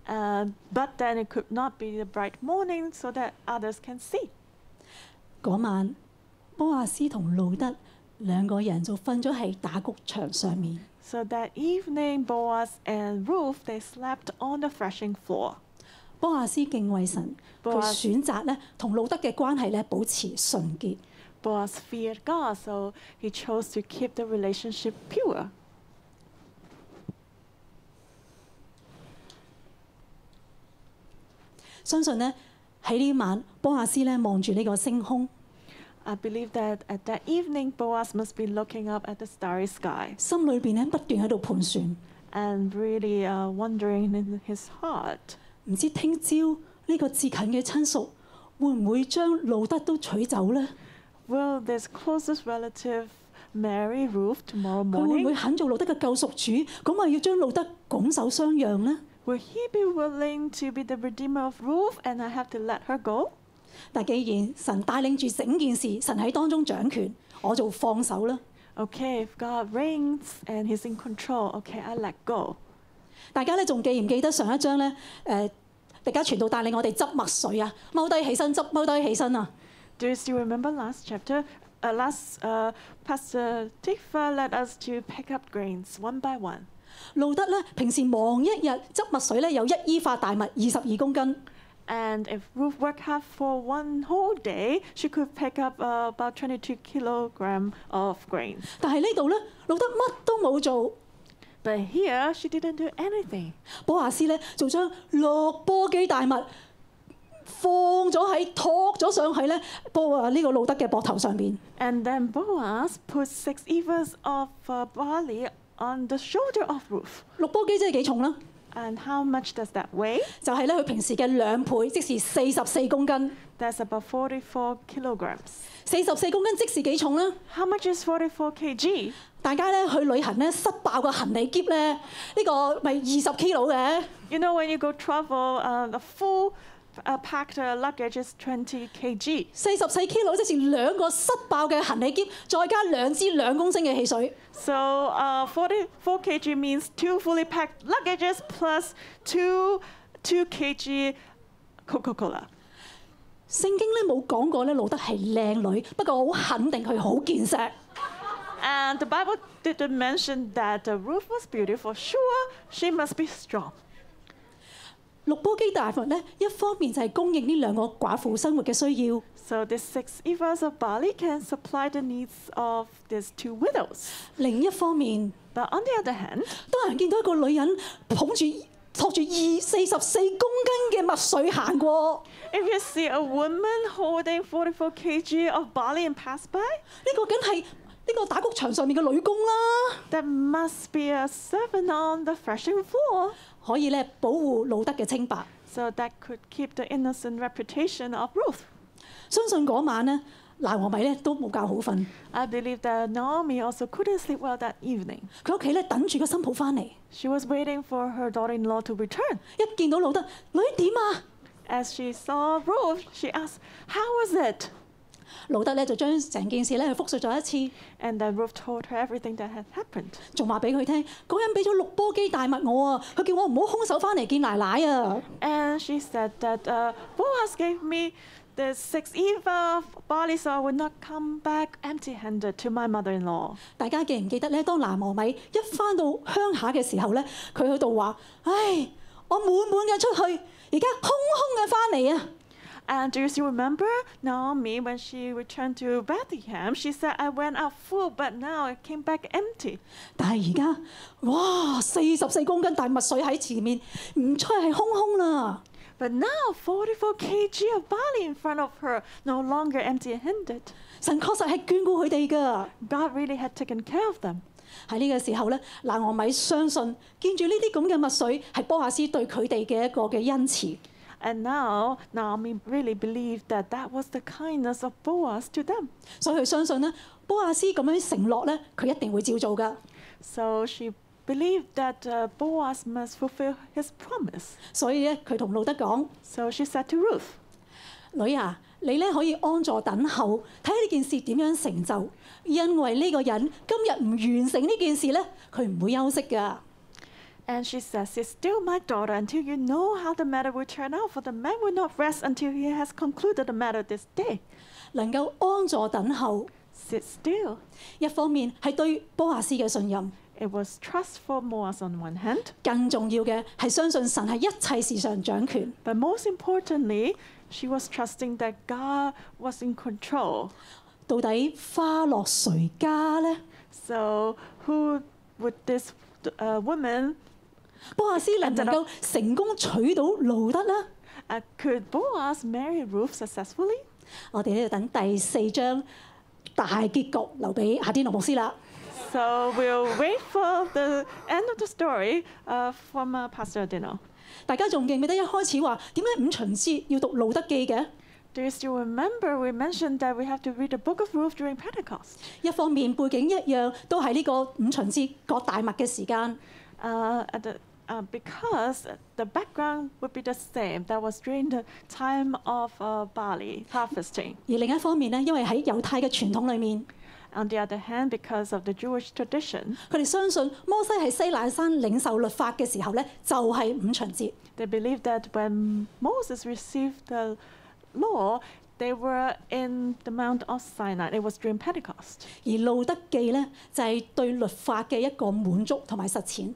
A: Uh, but then it could not be the bright morning so that others can see.
B: 嗰晚，波亞斯同路德兩個人就瞓咗喺打谷場上面。
A: So that evening, Boaz and Ruth they slept on the threshing floor.
B: 波亞斯敬畏神，
A: 波亞
B: 佢
A: 斯
B: 選擇咧同路德嘅關係咧保持純潔。
A: Boaz feared God, so he chose to keep the relationship pure.
B: 相信咧喺呢晚，波亞斯咧望住呢個星空，
A: I believe that at that evening, Boaz must be looking up at the starry sky
B: 心裏邊咧不斷喺度盤算：
A: and really uh, wondering in his heart
B: 唔知聽朝呢個至近嘅親屬會唔會將路德都取走呢？
A: Will this closest relative marry Ruth tomorrow
B: 佢會唔會
A: morning?
B: 肯做路德嘅救贖主？咁啊要將路德拱手相讓呢？
A: Will he be willing to be the redeemer of Ruth and I have to let her go?
B: 但既然神帶領住整件事，神喺當中掌權，我就放手啦。
A: Okay, if God reigns and he's in control, okay, I let go.
B: 大家咧仲記唔記得上一章咧？誒、大家傳道帶領我哋執墨水啊，踎低起身執，踎低起身啊！
A: Do you still remember last chapter? Uh, last uh, Pastor Tifa led us to pick up grains one by one.
B: 路德咧平時忙一日執墨水咧有一依法大麥二十二公斤，
A: And if Ruth worked hard for one whole day, she could pick up uh, about 22 kilogram of grains.
B: 但係呢度咧路德乜都冇做，
A: But here, she didn't do anything.
B: 波亞斯咧就將六波基大麥放咗喺托咗上喺咧波啊呢個路德嘅膊頭上邊。
A: And then Boaz put six evers of uh, barley on the shoulder of Ruth.
B: 六波基即係幾重啦？
A: And how much does that weigh?
B: 就係咧佢平時嘅兩倍，即是四十四公斤。
A: That's about 44 kilograms.
B: 四十四公斤即是幾重咧？
A: How much is 44 kg?
B: 大家咧去旅行咧塞爆個行李篋咧，呢、個咪二十 kilo 嘅。
A: You know, when you go travel, uh, the full uh, packed uh, luggage is 20 kg.
B: 四十四 kilo 即是兩個塞爆嘅行李篋，再加兩支兩公升嘅汽水。
A: So uh, 44 kg means two fully packed luggages plus two, two kg Coca-Cola.
B: 聖經咧冇講過咧路德係靚女，不過我好肯定佢好健碩。
A: And the Bible didn't mention that uh, Ruth was beautiful. Sure, she must be strong.
B: 六波基大佛咧，一方面就係供應呢兩個寡婦生活嘅需要，
A: So these six evas of barley can supply the needs of these two widows.
B: 另一方面，
A: But on the other hand,
B: 當人見到一個女人捧住托住二四十四公斤嘅墨水行過，
A: if you see a woman holding 44 kg of barley and pass by,
B: 呢、個梗係呢個打谷場上面嘅女工啦，
A: that must be a servant on the threshing floor.
B: 可以咧保護路德嘅清白。
A: So that could keep the innocent reputation of Ruth.
B: 相信嗰晚咧，拿俄米咧都冇覺好瞓，
A: I believe that Naomi also couldn't sleep well that evening.
B: 佢屋企咧等住個新抱翻嚟，
A: She was waiting for her daughter in law to return.
B: 一見到路德女點啊？
A: As she saw Ruth, she asked, How was it?
B: 路德咧就將成件事咧去複述咗一次，
A: And then Ruth told her everything that had happened.
B: 仲話俾佢聽，嗰人俾咗六波基大麥我啊，佢叫我唔好空手翻嚟見奶奶啊！
A: And she said that uh, Boaz gave me the six eva of barley so I would not come back empty handed to my mother in law.
B: 大家記唔記得咧？當南俄米一翻到鄉下嘅時候咧，佢喺度話：，唉，我滿滿嘅出去，而家空空嘅翻嚟啊！
A: And do you still remember Naomi when she returned to Bethlehem? She said, I went out full, but now I came back empty.
B: 但係而家，哇，四十四公斤大墨水喺前面，唔出係空空啦。
A: But now 44 kg of barley in front of her, no longer empty handed.
B: 神確實係眷顧佢哋㗎。
A: God really had taken care of them.
B: 喺呢個時候咧，嗱，俄米相信見住呢啲咁嘅墨水係波亞斯對佢哋嘅一個嘅恩慈。
A: And now Naomi really believed that that was the kindness of Boaz to them.
B: 所以佢相信咧，波亞斯咁樣承諾咧，佢一定會照做㗎。
A: So she believed that uh, Boaz must fulfill his promise.
B: 所以咧，佢同路德講：
A: So she said to Ruth,
B: 女啊，你咧可以安坐等候，睇下呢件事點樣成就。因為呢個人今日唔完成呢件事咧，佢唔會休息㗎。
A: and she says, She's still my daughter until you know how the matter will turn out, for the man will not rest until he has concluded the matter this day.
B: 能夠安坐等候，
A: Sit still.
B: 一方面係對波亞斯嘅信任，
A: It was trust for Boaz on one hand,
B: 更重要嘅係相信神係一切事上掌權。
A: but most importantly, she was trusting that God was in control.
B: 到底花落誰家呢？
A: So who would this uh, woman
B: 波亞斯能唔能夠成功娶到路德呢？
A: uh, could Boaz marry Ruth successfully?
B: 我哋呢度等第四章大結局留俾阿天羅牧師啦。
A: So we'll wait for the end of the story uh, from uh, Pastor Dino.
B: 大家仲記唔記得一開始話點解五旬節要讀路德記嘅？
A: Do you still remember we mentioned that we have to read the book of Ruth during Pentecost?
B: 一方面背景一樣，都係呢個五旬節割大麥嘅時間。
A: Uh, at the, uh, because the background would be the same. That was during the time of uh, barley harvesting.
B: 而另一方面呢，因為喺猶太嘅傳統裏面，
A: On the other hand, because of the Jewish tradition,
B: 佢哋相信摩西喺西乃山領受律法嘅時候呢，就係、五旬節。
A: they believed that when Moses received the law, they were in the Mount of Sinai. It was during Pentecost.
B: 而路德記呢，就係、對律法嘅一個滿足同埋實踐。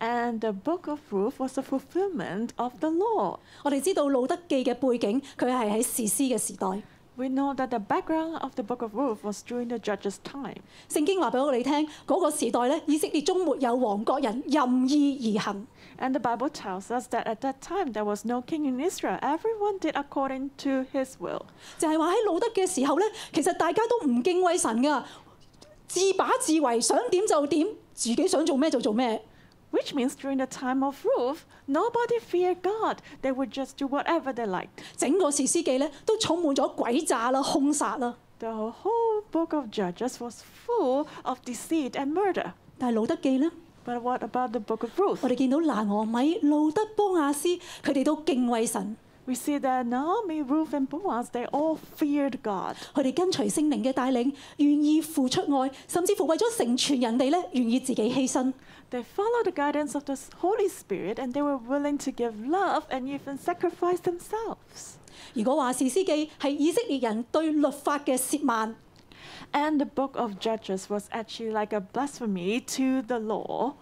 A: And the book of Ruth was the fulfillment of the law.
B: 我哋知道路德記嘅背景，佢係喺士師嘅時代。
A: We know that the background of the book of Ruth was during the judges' time.
B: 聖經話俾我哋聽，嗰、個時代呢，以色列中沒有王國人任意而行，
A: And the Bible tells us that at that time there was no king in Israel. Everyone did according to his will.
B: 就係話喺路德嘅時候呢，其實大家都唔敬畏神噶，自把自為，想點就點，自己想做咩就做咩。
A: Which means during the time of Ruth, nobody feared God. They would just do whatever they liked.
B: 整個士師記呢，都充滿咗詭詐啦、兇殺啦。
A: The whole book of Judges was full of deceit and murder.
B: 但係路德記呢，
A: But what about the book of Ruth?
B: 我哋見到拿俄米、路德、波亞斯，佢哋都敬畏神，
A: We see that Naomi, Ruth, and Boaz, they all feared God.
B: 佢哋跟隨聖靈嘅帶領，願意付出愛，甚至乎為咗成全人哋呢，願意自己犧牲。
A: They followed the guidance of the Holy Spirit and they were willing to give love and even sacrifice themselves.
B: 如果話士師記係以色列人對律法嘅褻慢，
A: And the book of Judges was actually like a blasphemy to the law.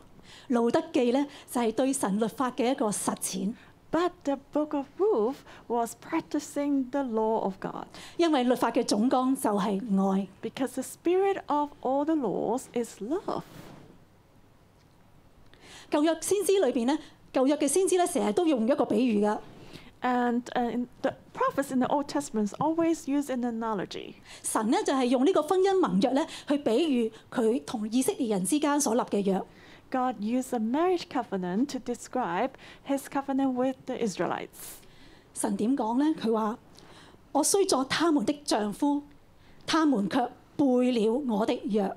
B: 路德記呢，就係、對神律法嘅一個實踐。
A: But the book of Ruth was practicing the law of God
B: 因為律法嘅總綱就係愛。
A: because the spirit of all the laws is love.
B: 舊約先知裏邊呢，舊約嘅先知呢，成日都用一個比喻㗎。
A: And uh, in the prophets in the Old Testament always use an analogy.
B: 神呢，就係、用呢個婚姻盟約呢，去比喻佢同以色列人之間所立嘅約。
A: God used a marriage covenant to describe his covenant with the Israelites.
B: 神點講呢？佢話：我雖作他們的丈夫，他們卻背了我的約。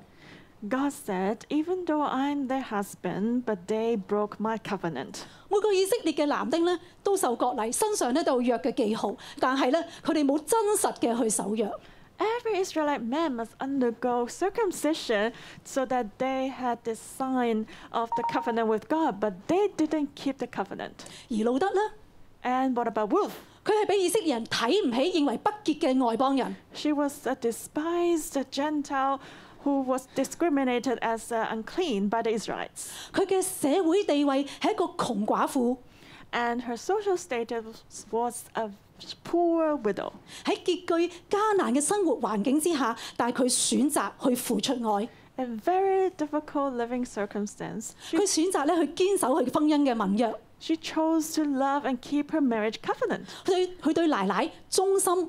A: God said, Even though I'm their husband, but they broke my covenant.
B: 每個以色列嘅男丁咧都受割禮，身上咧都有約嘅記號，但係咧佢哋冇真實嘅去守約。
A: Every Israelite man must undergo circumcision so that they had this sign of the covenant with God, but they didn't keep the covenant.
B: 而路德咧，
A: And what about Ruth?
B: 佢係俾以色列人睇唔起，認為不潔嘅外邦人。
A: She was a despised Gentile who was discriminated as uh, unclean by the Israelites,
B: 佢嘅社會地位係一個窮寡婦，
A: and her social status was a poor widow.
B: 喺拮據艱難嘅生活環境之下，但係佢選擇去付出愛，
A: A very difficult living circumstance.
B: 佢
A: She,
B: 選擇咧去堅守佢婚姻嘅盟約。
A: she chose to love and keep her marriage covenant.
B: 佢對佢對奶奶忠心、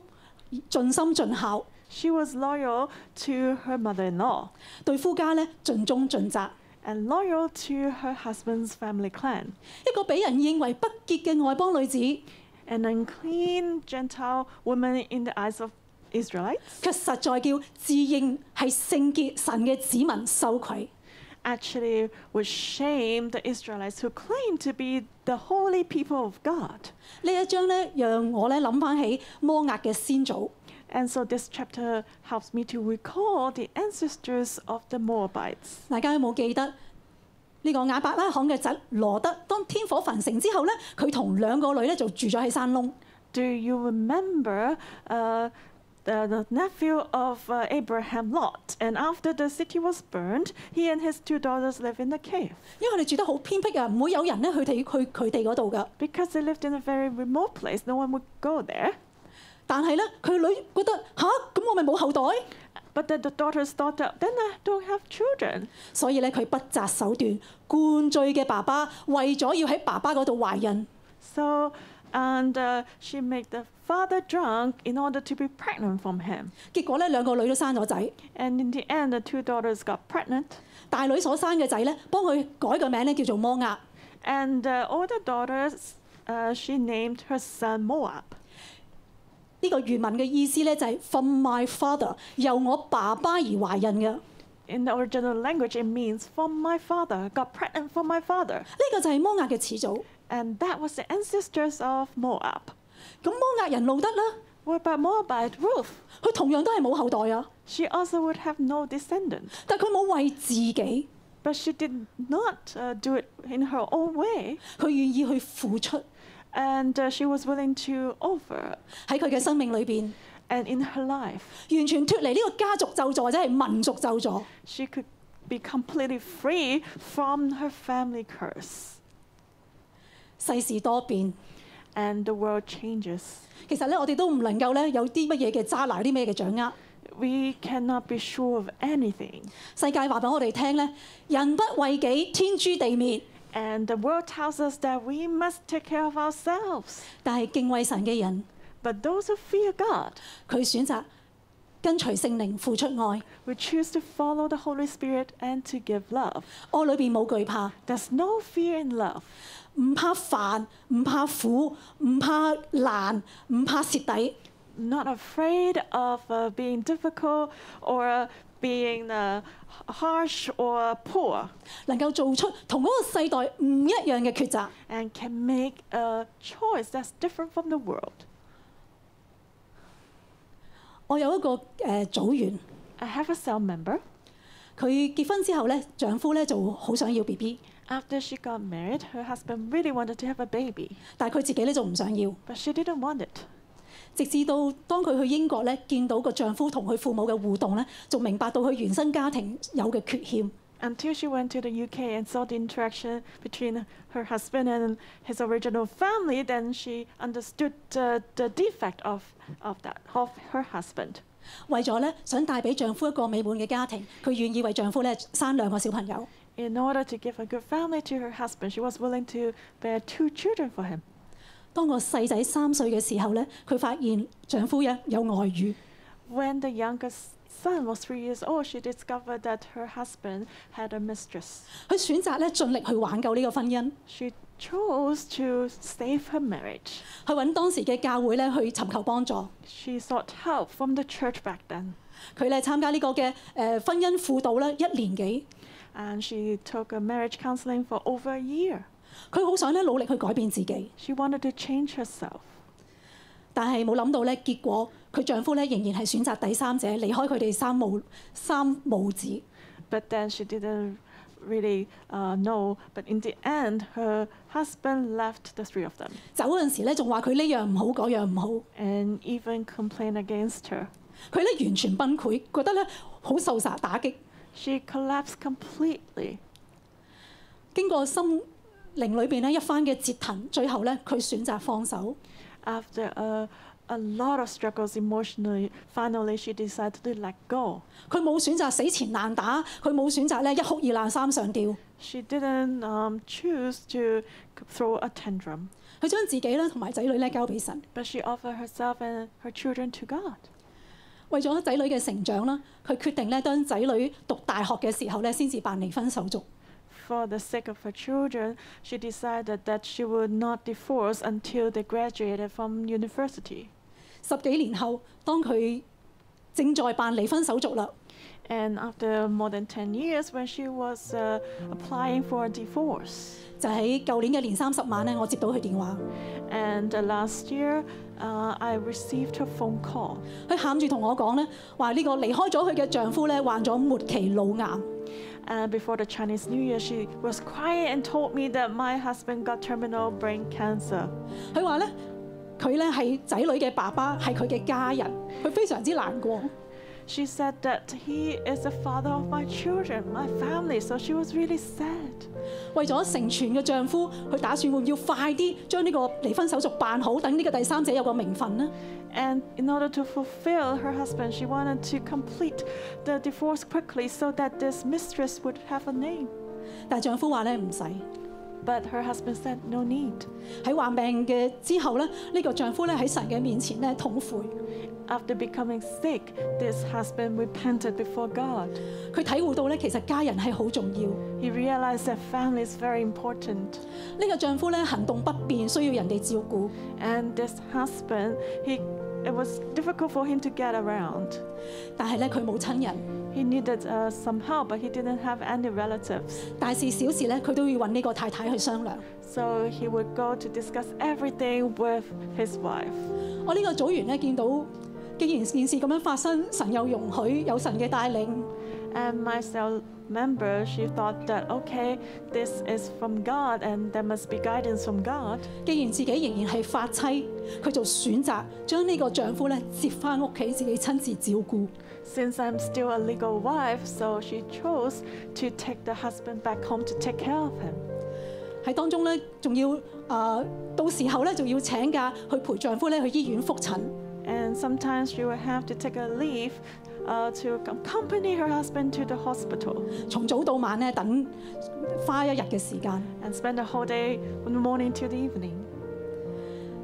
B: 盡心盡孝，
A: She was loyal to her mother in law
B: 對夫家咧盡忠盡責。
A: and loyal to her husband's family clan.
B: 一個俾人認為不潔嘅外邦女子，
A: An unclean Gentile woman in the eyes of Israelites
B: 卻實在叫自認係聖潔神嘅子民羞愧。
A: actually would shame the Israelites who claimed to be the holy people of God.
B: 呢一章咧，讓我咧諗翻起摩押嘅先祖，
A: And so this chapter helps me to recall the ancestors of the Moabites.
B: 大家有冇記得呢個亞伯拉罕嘅侄羅德？當天火焚城之後咧，佢同兩個女咧就住咗喺山窿。
A: Do you remember uh, the, the nephew of uh, Abraham Lot? And after the city was burned, he and his two daughters lived in the cave
B: 因為佢哋住得好偏僻啊，唔會有人咧去哋去佢哋嗰度噶。
A: because they lived in a very remote place. No one would go there.
B: 但係咧，佢女覺得吓，咁、我咪冇後代，
A: But then the daughters thought that then I don't have children.
B: 所以咧佢不擇手段灌醉嘅爸爸，為咗要喺爸爸嗰度懷孕。
A: So, and uh, she made the father drunk in order to be pregnant from him.
B: 結果咧兩個女都生咗仔，
A: And in the end, the two daughters got pregnant.
B: 大女所生嘅仔咧，幫佢改個名咧叫做摩押。
A: And the older daughters, uh, she named her son Moab.
B: 呢、個原文嘅意思咧就係、from my father，由我爸爸而懷孕嘅。呢、
A: In the original language, it means from my father, got pregnant from my father.
B: 個就係摩押嘅始祖。
A: And that was the ancestors of Moab.
B: 咁摩押人路得啦，
A: What about Moabite Ruth?
B: 佢同樣都係冇後代啊，
A: She also would have no descendant.
B: 但佢冇為自己，
A: But she did not uh, do it in her own way,
B: 佢願意去付出
A: and uh, she was willing to offer.
B: 喺佢嘅生命裏邊，
A: And in her life,
B: 完全脱離呢個家族咒詛或者係民族咒詛。
A: she could be completely free from her family curse.
B: 世事多變，
A: And the world changes.
B: 其實咧我哋都唔能夠咧有啲乜嘢嘅揸拿，有啲咩嘅掌握。
A: We cannot be sure of anything.
B: 世界話俾我哋聽咧，人不為己，天诛地滅。
A: And the world tells us that we must take care of ourselves.
B: 但係敬畏神嘅人，
A: But those who fear God,
B: 佢選擇跟隨聖靈付出愛，
A: we choose to follow the Holy Spirit and to give love.
B: 愛裏邊冇懼怕，
A: There's no fear in love.
B: 唔怕煩，唔怕苦，唔怕難，唔怕蝕底。
A: Not afraid of uh, being difficult or uh, being uh, h- harsh or poor,
B: 能夠做出同嗰個世代唔一樣嘅抉擇。
A: and can make a choice that's different from the world.
B: 我有一個誒、呃、組員，
A: I have a cell member.
B: 佢結婚之後咧，丈夫咧就好想要 B B，
A: After she got married, her husband really wanted to have a baby,
B: 但係佢自己咧就唔想要。
A: but she didn't want it.
B: 直至到當佢去英國咧，見到個丈夫同佢父母嘅互動咧，就明白到佢原生家庭有嘅缺陷。
A: until she went to the UK and saw the interaction between her husband and his original family, then she understood the, the defect of, of that of her husband.
B: 為咗咧想帶俾丈夫一個美滿嘅家庭，佢願意為丈夫咧生兩個小朋友。
A: In order to give a good family to her husband, she was willing to bear two children for him.
B: 當個細仔三歲嘅時候咧，佢發現丈夫有有外遇，
A: When the youngest son was three years old, she discovered that her husband had a mistress.
B: 佢選擇咧盡力去挽救呢個婚姻，
A: She chose to save her marriage.
B: 去揾當時嘅教會咧去尋求幫助。
A: She sought help from the church back then.
B: 佢咧參加呢個嘅誒、呃婚姻輔導咧一年幾，
A: And she took a marriage counseling for over a year.
B: 佢好想咧努力去改變自己，
A: She wanted to change herself,
B: 但係冇諗到咧結果佢丈夫咧仍然係選擇第三者離開佢哋三母三母子。
A: but then she didn't really uh, know. But in the end, her husband left the three of them
B: 走嗰陣時咧仲話佢呢樣唔好嗰樣唔好，
A: and even complained against her.
B: 佢咧完全崩潰，覺得咧好受殺打擊。
A: She collapsed completely.
B: 經過心靈裏邊咧一番嘅折騰，最後咧佢選擇放手。
A: After a, a lot of struggles emotionally, finally she decided to let go.
B: 佢冇選擇死纏爛打，佢冇選擇咧一哭二鬧三上吊。
A: She didn't um, choose to c- throw a tantrum,
B: 佢將自己咧同埋仔女咧交俾神，
A: but she offered herself and her children to God.
B: 為咗仔女嘅成長啦，佢決定咧當仔女讀大學嘅時候咧先至辦離婚手續。
A: For the sake of her children, she decided that she would not divorce until they graduated from university.
B: 十幾年後，當佢正在辦離婚手續啦，
A: And after more than 10 years, when she was uh, applying for a divorce,
B: 就喺舊年嘅年三十晚咧，我接到佢電話，
A: and uh, last year uh, I received her phone call.
B: 佢喊住同我講咧話呢個離開咗佢嘅丈夫咧患咗末期腦癌。
A: And before the Chinese New Year, she was crying and told me that my husband got terminal brain cancer.
B: 佢話咧，佢咧係仔女嘅爸爸，係佢嘅家人，佢非常之難過。
A: She said that he is the father of my children, my family, so she was really sad.
B: 為咗成全嘅丈夫，佢打算會唔要快啲將呢個離婚手續辦好，等呢個第三者有個名分呢？
A: And in order to fulfill her husband, she wanted to complete the divorce quickly so that this mistress would have a name.
B: 但係丈夫話咧唔使，
A: But her husband said, No need.
B: 喺患病嘅之後咧，呢、呢個丈夫咧喺神嘅面前咧痛悔，
A: After becoming sick, this husband repented before God.
B: 佢體會到咧其實家人係好重要。呢、
A: He realized that family is very important.
B: 個丈夫咧行動不便，需要人哋照顧。
A: And this husband, he it was difficult for him to get around.
B: 但係咧佢冇親人，
A: He needed uh, some help, but he didn't have any relatives.
B: 大事小事咧佢都要揾呢個太太去商量。
A: So he would go to discuss everything with his wife.
B: 我呢個組員咧見到，既然件事咁樣發生，神又容許有神嘅帶領，
A: And my cell member, she thought that, okay, this is from God and there must be guidance from God.
B: 既然自己仍然係發妻，佢就選擇將呢個丈夫咧接翻屋企，自己親自照顧。
A: Since I'm still a legal wife, so she chose to take the husband back home to take care of him.
B: 喺當中咧，仲要啊、到時候咧仲要請假去陪丈夫咧去醫院復診。
A: And sometimes she would have to take a leave uh, to accompany her husband to the hospital
B: 從早到晚咧等花一日嘅時間，
A: and spend the whole day from the morning till the evening.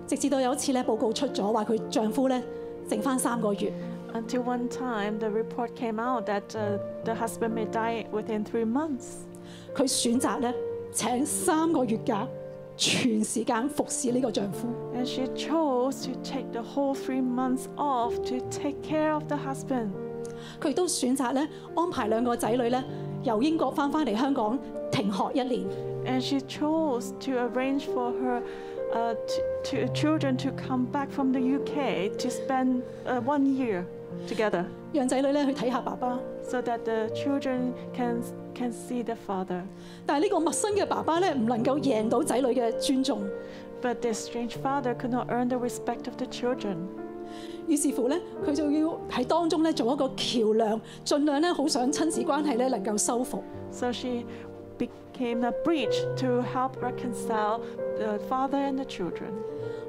B: 直至到有一次咧報告出咗，話佢丈夫咧剩翻三個月，
A: Until one time, the report came out that uh, the husband may die within three months.
B: 佢選擇咧請三個月假，全時間服侍呢個丈夫。
A: And she chose to take the whole three months off to take care of the husband.
B: 佢亦都選擇咧安排兩個仔女咧由英國翻返嚟香港停學一年。
A: And she chose to arrange for her uh, t- to children to come back from the UK to spend uh, one year together.
B: 讓仔女咧去睇下爸爸。
A: so that the children can can see the father.
B: 但係呢個陌生嘅爸爸咧，唔能夠贏到仔女嘅尊重，
A: But this strange father could not earn the respect of the children.
B: 於是乎咧，佢就要喺當中咧做一個橋梁，盡量咧好想親子關係咧能夠修復。
A: So she became a bridge to help reconcile the father and the children.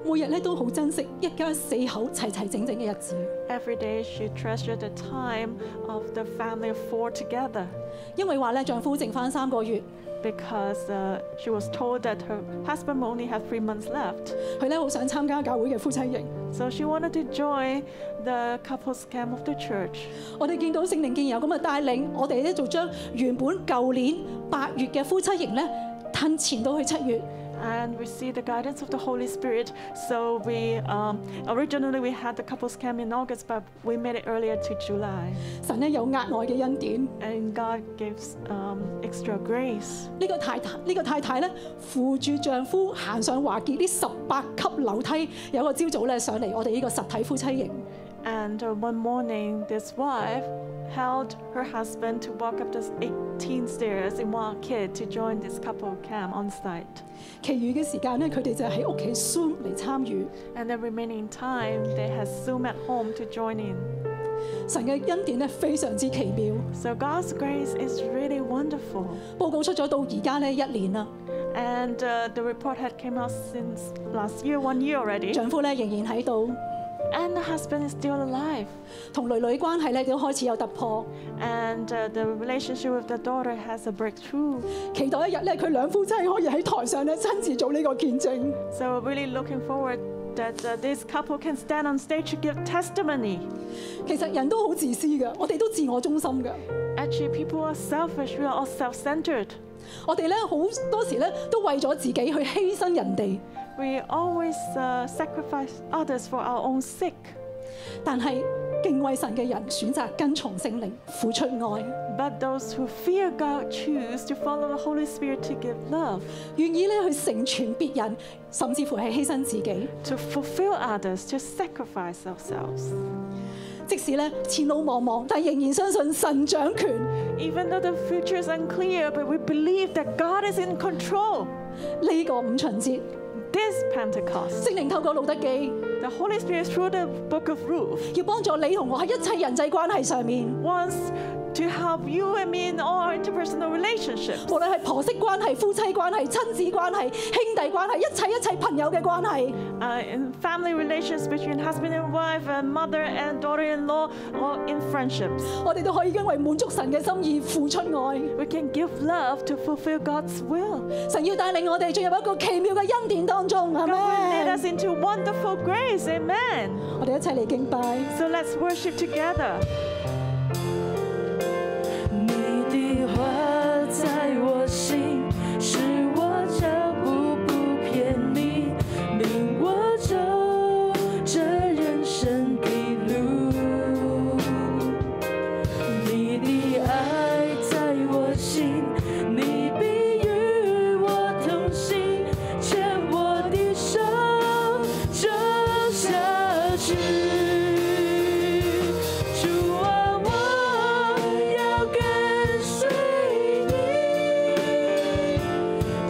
B: 每日咧都好珍惜一家四口齊齊整整嘅日子，
A: Every day she treasured the time of the family of four together
B: 因為話咧丈夫剩翻三個月，
A: because uh, she was told that her husband only had three months left.
B: 佢咧好想參加教會嘅夫妻營。
A: So she wanted to join the couple's camp of the church.
B: 我哋見到聖靈見有咁嘅帶領，我哋咧就將原本舊年八月嘅夫妻營咧褪前到去七月。
A: and we see the guidance of the Holy Spirit. So we um, originally we had the couples camp in August, but we made it earlier to July.
B: 神咧有額外嘅恩典，呢、
A: And God gives um, extra grace.
B: 個太太呢、個太太咧扶住丈夫行上華傑呢十八級樓梯，有個朝早咧上嚟我哋呢個實體夫妻營，
A: And uh, one morning, this wife held her husband to walk up the 18 stairs in one kid to join this couple camp on site.
B: 其餘嘅時間咧佢哋就喺屋企 Zoom 嚟參與。
A: And the remaining time, they had Zoom at home to join in.
B: 神嘅恩典咧非常之奇妙，
A: So God's grace is really wonderful.
B: 報告出咗到而家咧一年啦，
A: And uh, the report had came out since last year, one year already.
B: 丈夫咧仍然喺度，
A: And the husband is still alive.
B: 同女女關係咧都開始有突破。
A: And uh, the relationship with the daughter has a breakthrough.
B: 期待一日咧，佢兩夫妻可以喺台上咧親自做呢個見證。
A: So we're really looking forward that uh, this couple can stand on stage to give testimony.
B: 其實人都好自私嘅，我哋都自我中心嘅，
A: Actually, people are selfish. We are all self-centered.
B: 我哋咧好多時咧都為咗自己去犧牲人哋。
A: We always uh, sacrifice others for our own sake.
B: 但係敬畏神嘅人選擇跟從聖靈，付出愛，
A: But those who fear God choose to follow the Holy Spirit to give love,
B: 願意咧去成全別人，甚至乎係犧牲自己。
A: to fulfill others, to sacrifice ourselves.
B: 即使咧前路茫茫，但仍然相信神掌權。
A: Even though the future is unclear, but we believe that God is in control.
B: 呢、個五旬節，
A: This Pentecost,
B: 聖靈透過路德記，
A: the Holy Spirit through the book of Ruth
B: 要幫助你同我喺一切人際關係上面。
A: wants to help you and me in all our interpersonal relationships.
B: 無論係婆媳關係、夫妻關係、親子關係、兄弟關係，一切一切朋友嘅關係，
A: Uh, in family relations between husband and wife, and mother and daughter-in-law, or in friendships.
B: 我哋都可以因為滿足神嘅心意付出愛。
A: We can give love to fulfill God's will.
B: 神要帶領我哋進入一個奇妙嘅恩典當中，係
A: God will lead
B: 咪
A: us？into wonderful grace. Amen.
B: 我哋一齊嚟敬拜。
A: So let's worship together.
D: 你的话在我心，使我脚步不偏离，领我走这人生的路。你的爱在我心，你必与我同行，牵我的手走下去。主啊，我要跟随你，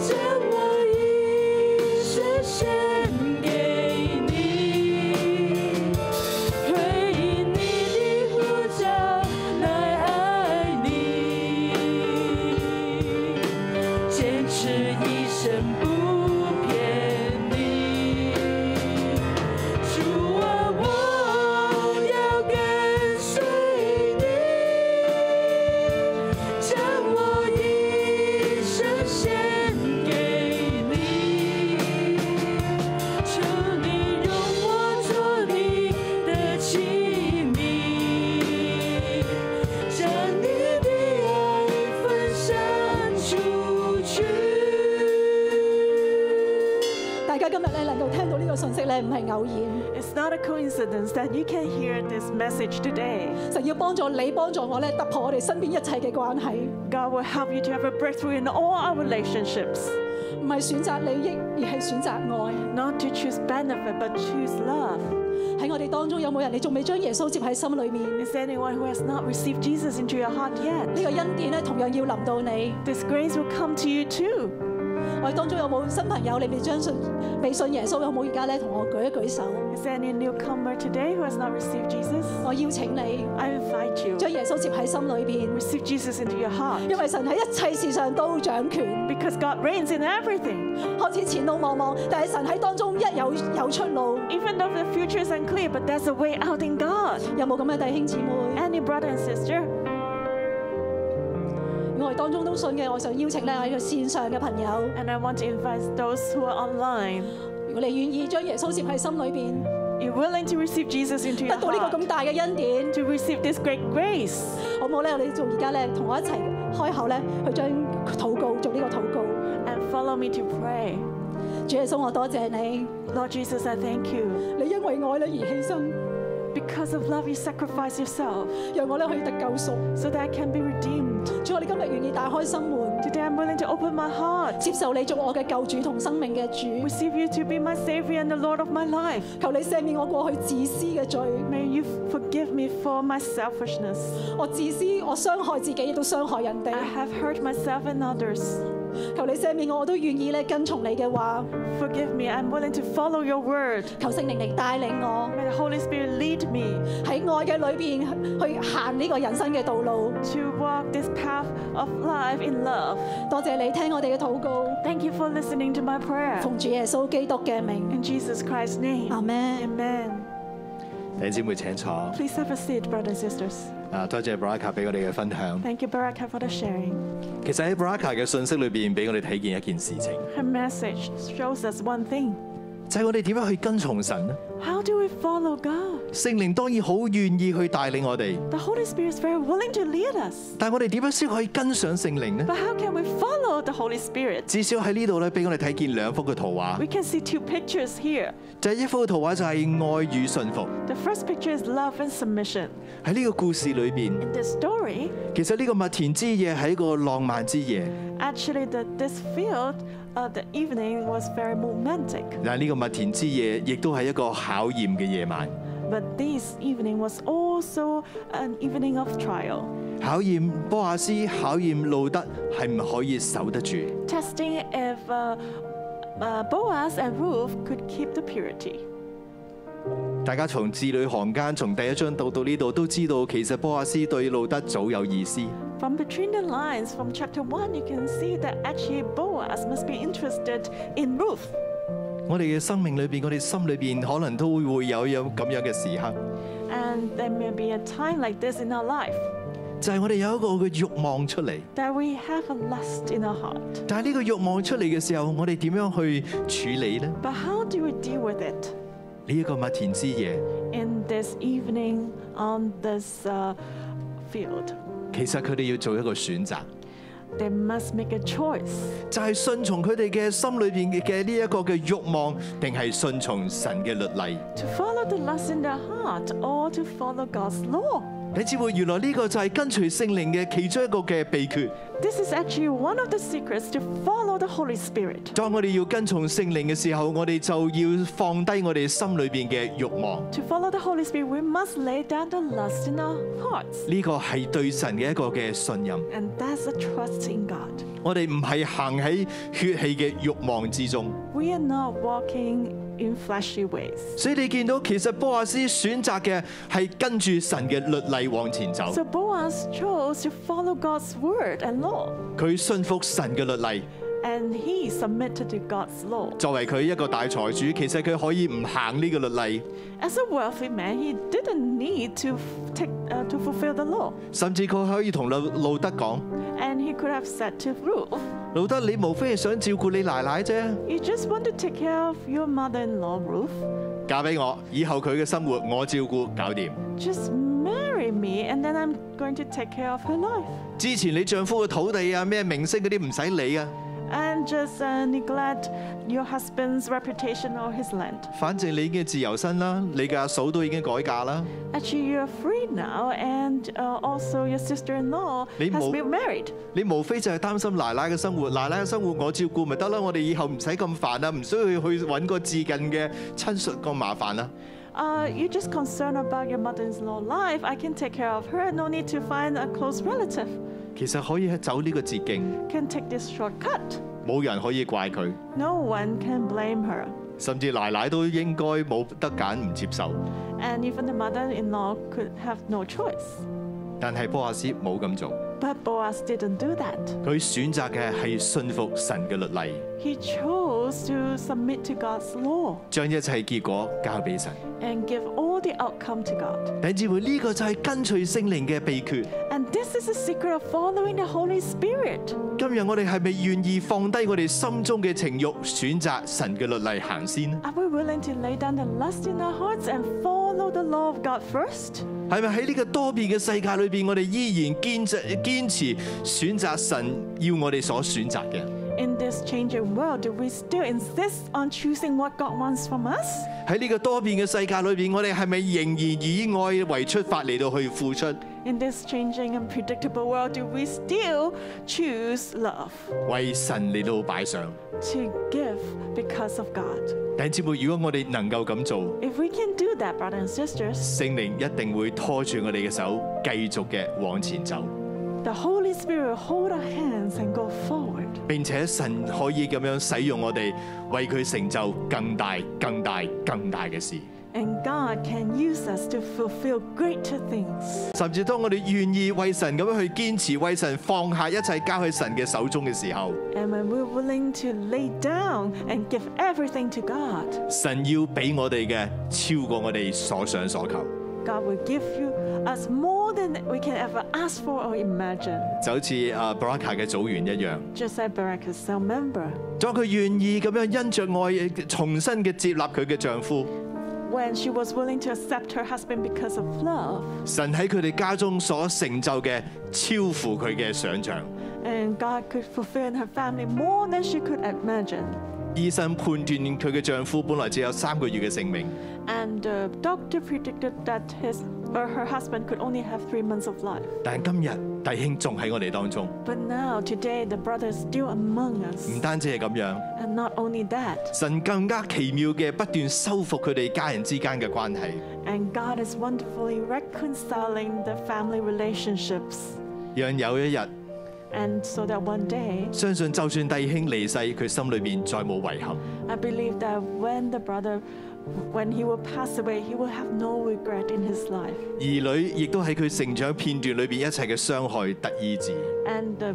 D: 将我一生献给你。回应你的呼召，来爱你，坚持一生不偏离。主啊，我要跟随你，将我一生献给你。求你用我做你的器皿，将你的爱分享出去。
B: 大家今日咧能夠聽到呢個信息咧，唔係偶然。
A: It's not a coincidence that you can hear this message today.
B: 神要幫助你，幫助我咧，突破我哋身邊一切嘅關係，
A: God will help you to have a breakthrough in all our relationships.
B: 唔係選擇利益，而係選擇愛。
A: Not to choose benefit, but choose love.
B: 喺我哋當中有冇人你仲未將耶穌接喺心裏面？呢、
A: Is there anyone who has not received Jesus into your heart yet?
B: 個恩典咧同樣要臨到你。
A: This grace will come to you too.
B: 我哋當中有冇新朋友你未將信未信耶穌？有冇而家咧同我舉一舉手？
A: Is there any newcomer today who has not received Jesus?
B: 我邀請你
A: I invite you.
B: 將耶穌接喺心裏邊，
A: Receive Jesus into your heart.
B: 因為神喺一切事上都掌權。
A: Because God reigns in everything.
B: 看似前路茫茫，但係神喺當中一有有出路。
A: Even though the future is unclear, but there's a way out in God.
B: 有冇咁嘅弟兄姊妹？
A: Any brother and sister,
B: 我哋當中都信嘅，我想邀請咧喺個線上嘅朋友，
A: and I want to invite those who are online.
B: 如果你願意將耶穌接喺心裏邊，
A: You're willing to receive Jesus into
B: 得
A: your
B: 到呢個咁
A: heart.
B: 大嘅恩典。
A: To receive this great grace.
B: 好唔好咧？我哋做而家咧，同我一齊開口咧，去將禱告做呢個禱告。
A: And follow me to pray.
B: 主耶穌，我多謝你，
A: Lord Jesus, I thank you.
B: 你因為愛咧而犧牲，
A: Because of love, you sacrifice yourself
B: 讓我咧可以得救贖。
A: so that I can be redeemed.
B: 主，我哋今日願意打開心門，
A: Today, I'm willing to open my heart,
B: 接受你做我嘅救主同生命嘅主。
A: receive you to be my Savior and the Lord of my life.
B: 求你赦免我過去自私嘅罪，
A: May you forgive me for my selfishness.
B: 我自私，我傷害自己，亦都傷害人
A: I
B: 哋。
A: have hurt myself and others.
B: 求你赦免我，我都願意咧跟從你嘅話。
A: Forgive me. I'm willing to follow your word.
B: 求聖靈嚟帶領我
A: May the Holy Spirit lead me
B: 喺愛嘅裏邊去行呢個人生嘅道路。
A: to walk this path of life in love.
B: 多謝你聽我哋嘅禱告，
A: Thank you for listening to my prayer.
B: 奉主耶穌基督嘅名。
A: In Jesus Christ's name.
B: 阿咩？
A: Amen.
E: 弟兄姊妹請坐。
A: Please have a seat, brothers and sisters.
E: 啊，多謝 Baraka 俾我哋嘅分享。
A: Thank you, Baraka, for the sharing.
E: 其實喺 Baraka 嘅信息裏邊，俾我哋睇見一件事情，
A: Her message shows us one thing
E: 就係、我哋點樣去跟從神咧。
A: How do we follow God?
E: 聖靈當然好願意去帶領我哋，
A: The Holy Spirit is very willing to lead us.
E: 但係我哋點樣先可以跟上聖靈呢？
A: But how can we follow the Holy Spirit?
E: 至少喺呢度咧，俾我哋睇見兩幅嘅圖畫
A: We，can see two pictures here.
E: 就係、一幅嘅圖畫就係愛與信服。
A: The first picture is love and submission.
E: 喺呢個故事裏邊，
A: In this story,
E: 其實呢個麥田之夜係一個浪漫之夜，
A: actually, the, this field, uh, the evening was very romantic.
E: 但係呢個麥田之夜亦都係一個考驗嘅夜晚，
A: But this evening was also an evening of trial,
E: 考驗波亞斯，考驗路德係唔可以守得住。
A: testing if uh, uh, Boaz and Ruth could keep the purity.
E: 大家從字裏行間，從第一章到到呢度，都知道其實波阿斯對路德早有意思。
A: From between the lines, from chapter 1, you can see that actually Boaz must be interested in Ruth.
E: 我哋嘅生命裏邊，我哋心裏邊可能都會有有咁樣嘅時刻，
A: And there may be a time like this in our life
E: 就係、我哋有一個嘅慾望出嚟。
A: that we have a lust in our heart.
E: 但係呢個慾望出嚟嘅時候，我哋點樣去處理呢？
A: But how do we deal with it?
E: 呢、一個麥田之夜，
A: In this evening, on this uh, field,
E: 其實佢哋要做一個選擇，
A: they must make a choice.
E: 就係、順從佢哋嘅心裏邊嘅嘅呢一個嘅慾望，定係順從神嘅律例。
A: to follow the lust in their heart or to follow God's law.
E: 你知會原來呢個就係跟隨聖靈嘅其中一個嘅秘訣。
A: This is actually one of the secrets to follow the Holy Spirit.
E: 當我哋要跟從聖靈嘅時候，我哋就要放低我哋心裏邊嘅慾望。
A: To follow the Holy Spirit, we must lay down the lust in our hearts.
E: 呢個係對神嘅一個嘅信任。
A: And that's a trust in God.
E: 我哋唔係行喺血氣嘅慾望之中，
A: We are not walking in fleshy ways.
E: 所以你見到其實波亞斯選擇嘅係跟住神嘅律例往前走，
A: So Boaz chose to follow God's word and law,
E: 佢信服神嘅律例。
A: and he submitted to God's law.
E: 作為佢一個大財主，其實佢可以唔行呢個律例，
A: As a wealthy man, he didn't need to f- take uh, to fulfill the law,
E: 甚至佢可以同路路德講：
A: and he could have said to Ruth,
E: 路德，你無非係想照顧你奶奶啫，
A: You just want to take care of your mother-in-law, Ruth.
E: 嫁俾我，以後佢嘅生活我照顧，搞掂。
A: Just marry me, and then I'm going to take care of her life.
E: 之前你丈夫嘅土地啊，咩明星嗰啲唔使理啊，
A: And just uh, neglect your husband's reputation or his land.
E: 反正你已經係自由身啦，你嘅阿嫂都已經改嫁啦。
A: Actually, you're free now, and uh, also your sister-in-law
E: Lý
A: has
E: mộ-
A: been married.
E: 你無非就係擔心奶奶嘅生活，奶奶嘅生活我照顧咪得啦，我哋以後唔使咁煩啦，唔需要去揾個至近嘅親屬咁麻啊煩啦。
A: Uh, you're just concerned about your mother-in-law life. I can take care of her. No need to find a close relative.
E: 其實可以走呢個捷徑，
A: Can take this shortcut.
E: 冇人可以怪佢，
A: No one can blame her.
E: 甚至奶奶都應該冇得揀唔接受。
A: And even the mother-in-law could have no choice.
E: 但係波亞斯冇咁做，
A: But Boaz didn't do that.
E: 佢選擇嘅係信服神嘅律例，
A: He chose to submit to God's law
E: 將一切結果交俾神。
A: and give all the outcome to God.
E: 弟兄姊妹，呢、個就係跟隨聖靈嘅秘訣。
A: And this is the secret of following the Holy Spirit.
E: 今日我哋係咪願意放低我哋心中嘅情慾，選擇神嘅律例行先呢？
A: Are we willing to lay down the lust in our hearts and follow the law of God first?
E: 係咪喺呢個多變嘅世界裏邊，我哋依然堅持堅持選擇神要我哋所選擇嘅？
A: In this changing world, do we still insist on choosing what God wants from us?
E: 喺呢個多變嘅世界裏邊，我哋係咪仍然以愛為出發嚟到去付出，
A: In this changing and predictable world, do we still choose love
E: 為神嚟到擺上？
A: to give because of God?
E: 弟兄姊妹，如果我哋能夠咁做，
A: If we can do that, brothers and sisters,
E: 聖靈一定會拖住我哋嘅手，繼續嘅往前走。
A: The Holy Spirit will hold our hands and go forward.
E: 並且神可以咁樣使用我哋，為佢成就更大、更大、更大嘅事。
A: And God can use us to fulfill greater things.
E: 甚至當我哋願意為神咁樣去堅持，為神放下一切交喺神嘅手中嘅時候，
A: And when we're willing to lay down and give everything to God,
E: 神要俾我哋嘅超過我哋所想所求。
A: God will give you us more than we can ever ask for or imagine.
E: 就好似啊 Baraka 嘅組員一樣，
A: Just like Baraka's cell member,
E: 當佢願意咁樣因着愛重新嘅接納佢嘅丈夫，
A: when she was willing to accept her husband because of love,
E: 神喺佢哋家中所成就嘅超乎佢嘅想象。
A: and God could fulfill in her family more than she could imagine.
E: 醫生判斷佢嘅丈夫本來只有三個月嘅性命。
A: And the doctor predicted that his or her husband could only have three months of life.
E: 但今日弟兄仲喺我哋當中，
A: But now, today, the brother is still among
E: 唔
A: us.
E: 單止係咁樣，
A: And not only that,
E: 神更加奇妙嘅不斷修復佢哋家人之間嘅關係，
A: and God is wonderfully reconciling the family relationships.
E: 讓有一日
A: and so that one day
E: 相信就算弟兄離世，佢心裏面再冇遺憾。
A: I believe that when the brother when he will pass away he will have no regret in his life
E: 兒女亦都喺佢成長片段裏邊一切嘅傷害得醫治。
A: and the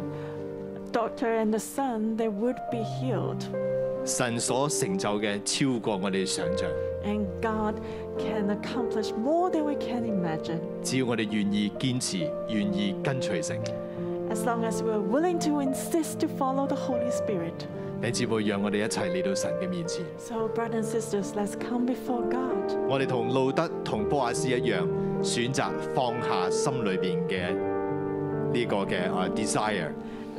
A: daughter and the son they would be healed
E: 神所成就嘅超過我哋想象，
A: and God can accomplish more than we can imagine
E: 只要我哋願意堅持，願意跟隨神。
A: as long as we're willing to insist to follow the Holy Spirit
E: 弟兄姊妹，讓我哋一齊嚟到神嘅面前。
A: so brothers and sisters let's come before God
E: 我哋同路德同波亞斯一樣，選擇放下心裏邊嘅呢個嘅啊 desire。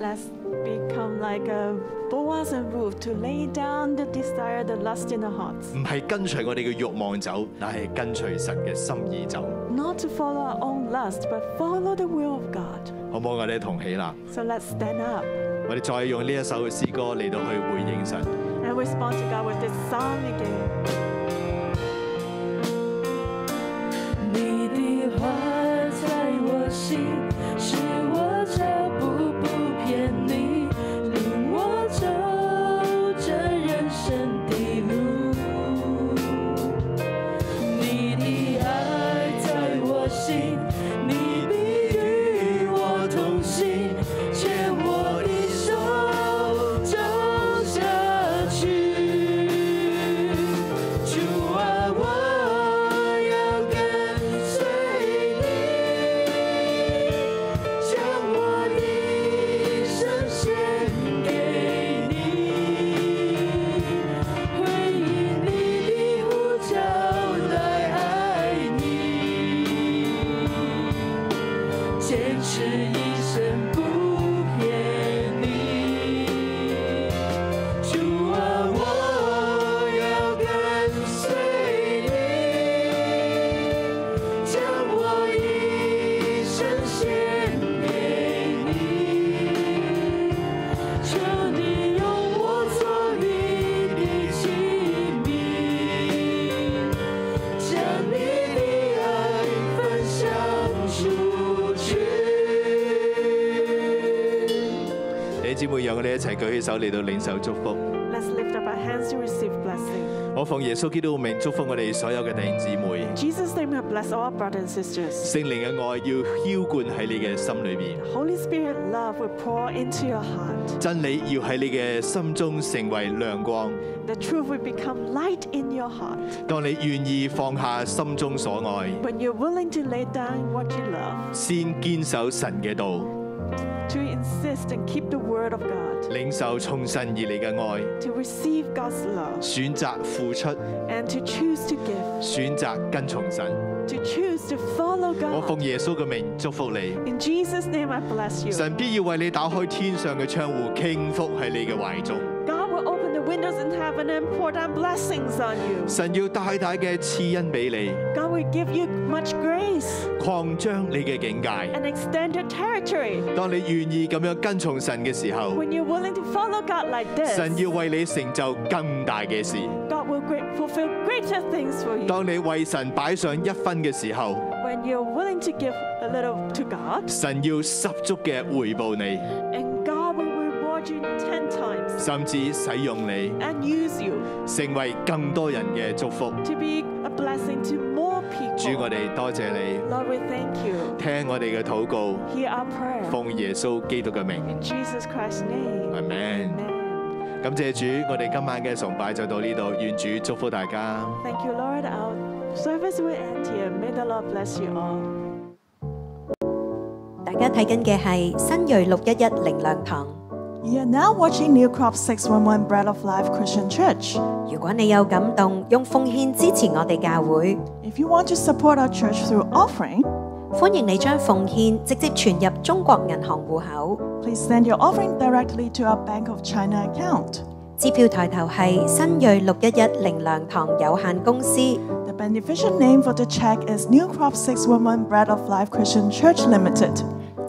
A: Let's become like a Boaz and Ruth to lay down the desire, the lust in our hearts.
E: 唔係跟隨我哋嘅慾望走，乃係跟隨神嘅心意走。
A: Not to follow our own lust, but follow the will of God.
E: 好唔好？我哋同起啦，
A: So let's stand up
E: 我哋再用呢一首詩歌嚟到去回應神。
A: and respond to God with this song again.
D: 你的话在我心，使我脚步不偏离，领我走这人生的路。你的爱在我心，你必与我同行，牵我的手走下去。主啊，我要跟随你，将我的一生献给你，回应你的呼召来爱你，坚持一生不偏离。主啊，我要跟随你，将我一生献给你，求你用我做你的器皿，将你的爱分享出去。
E: 弟兄姊妹，讓我哋一齊舉起手嚟到領受祝福。
A: Let's lift up our hands to receive blessing.
E: 我奉耶穌基督嘅名祝福我哋所有嘅弟兄姊妹。
A: In Jesus' name, we bless all our brothers and sisters.
E: 聖靈嘅愛要浇灌喺你嘅心裏面，
A: Holy Spirit love will pour into your heart.
E: 真理要喺你嘅心中成為亮光。
A: The truth will become light in your heart
E: 當你願意放下心中所愛，
A: when you're willing to lay down what you love,
E: 先堅守神嘅道，
A: to insist and keep the word of God,
E: 領受從神而嚟嘅愛，
A: to receive God's love,
E: 選擇付出，
A: and to choose to give.
E: 選擇跟從神。
A: to choose to follow
E: 我
A: God.
E: 奉耶穌嘅名祝福你，
A: In Jesus' name, I bless you.
E: 神必要為你打開天上嘅窗戶，傾福喺你嘅懷中。
A: God will open the windows in heaven and pour down blessings on you.
E: 神要大大嘅賜恩俾你，
A: God will give you much grace
E: 擴張你嘅境界。
A: and extend your territory.
E: 當你願意咁樣跟從神嘅時候，
A: When you're willing to follow God like this,
E: 神要為你成就更大嘅事。
A: God will great, fulfill greater things for you.
E: 當你為神擺上一分嘅時候，
A: When you're willing to give a little to God,
E: 神要十足嘅回報你，
A: and God will reward you ten times
E: 甚至使用你，
A: and use you
E: 成為更多人嘅祝福。
A: to be a blessing to more
E: 主，我
A: people.
E: 哋多謝你，
A: Lord, we thank you.
E: 聽我哋嘅禱告，
A: Hear our prayer.
E: 奉耶穌基督嘅名
A: In Jesus Christ's name.
E: ，Amen。
A: Amen.
E: 感謝主，我哋今晚嘅崇拜就到呢度，願主祝福大家。
A: Thank you, Lord. Our service will end here. May the Lord bless you all.
F: 大家睇緊嘅係新锐六一一零亮堂。
A: You're now watching New Crop 611 Bread of Life Christian Church.
F: 如果你有感動，用奉獻支持我哋教會，
A: If you want to support our church through offering,
F: 歡迎你將奉獻直接存入中國銀行户口。
A: please send your offering directly to our Bank of China account.
F: 支票抬頭係新锐六一一零亮堂有限公司，
A: The beneficial name for the check is New Crop 611 Bread of Life Christian Church Limited.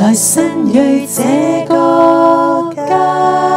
A: 來新蕊這個家。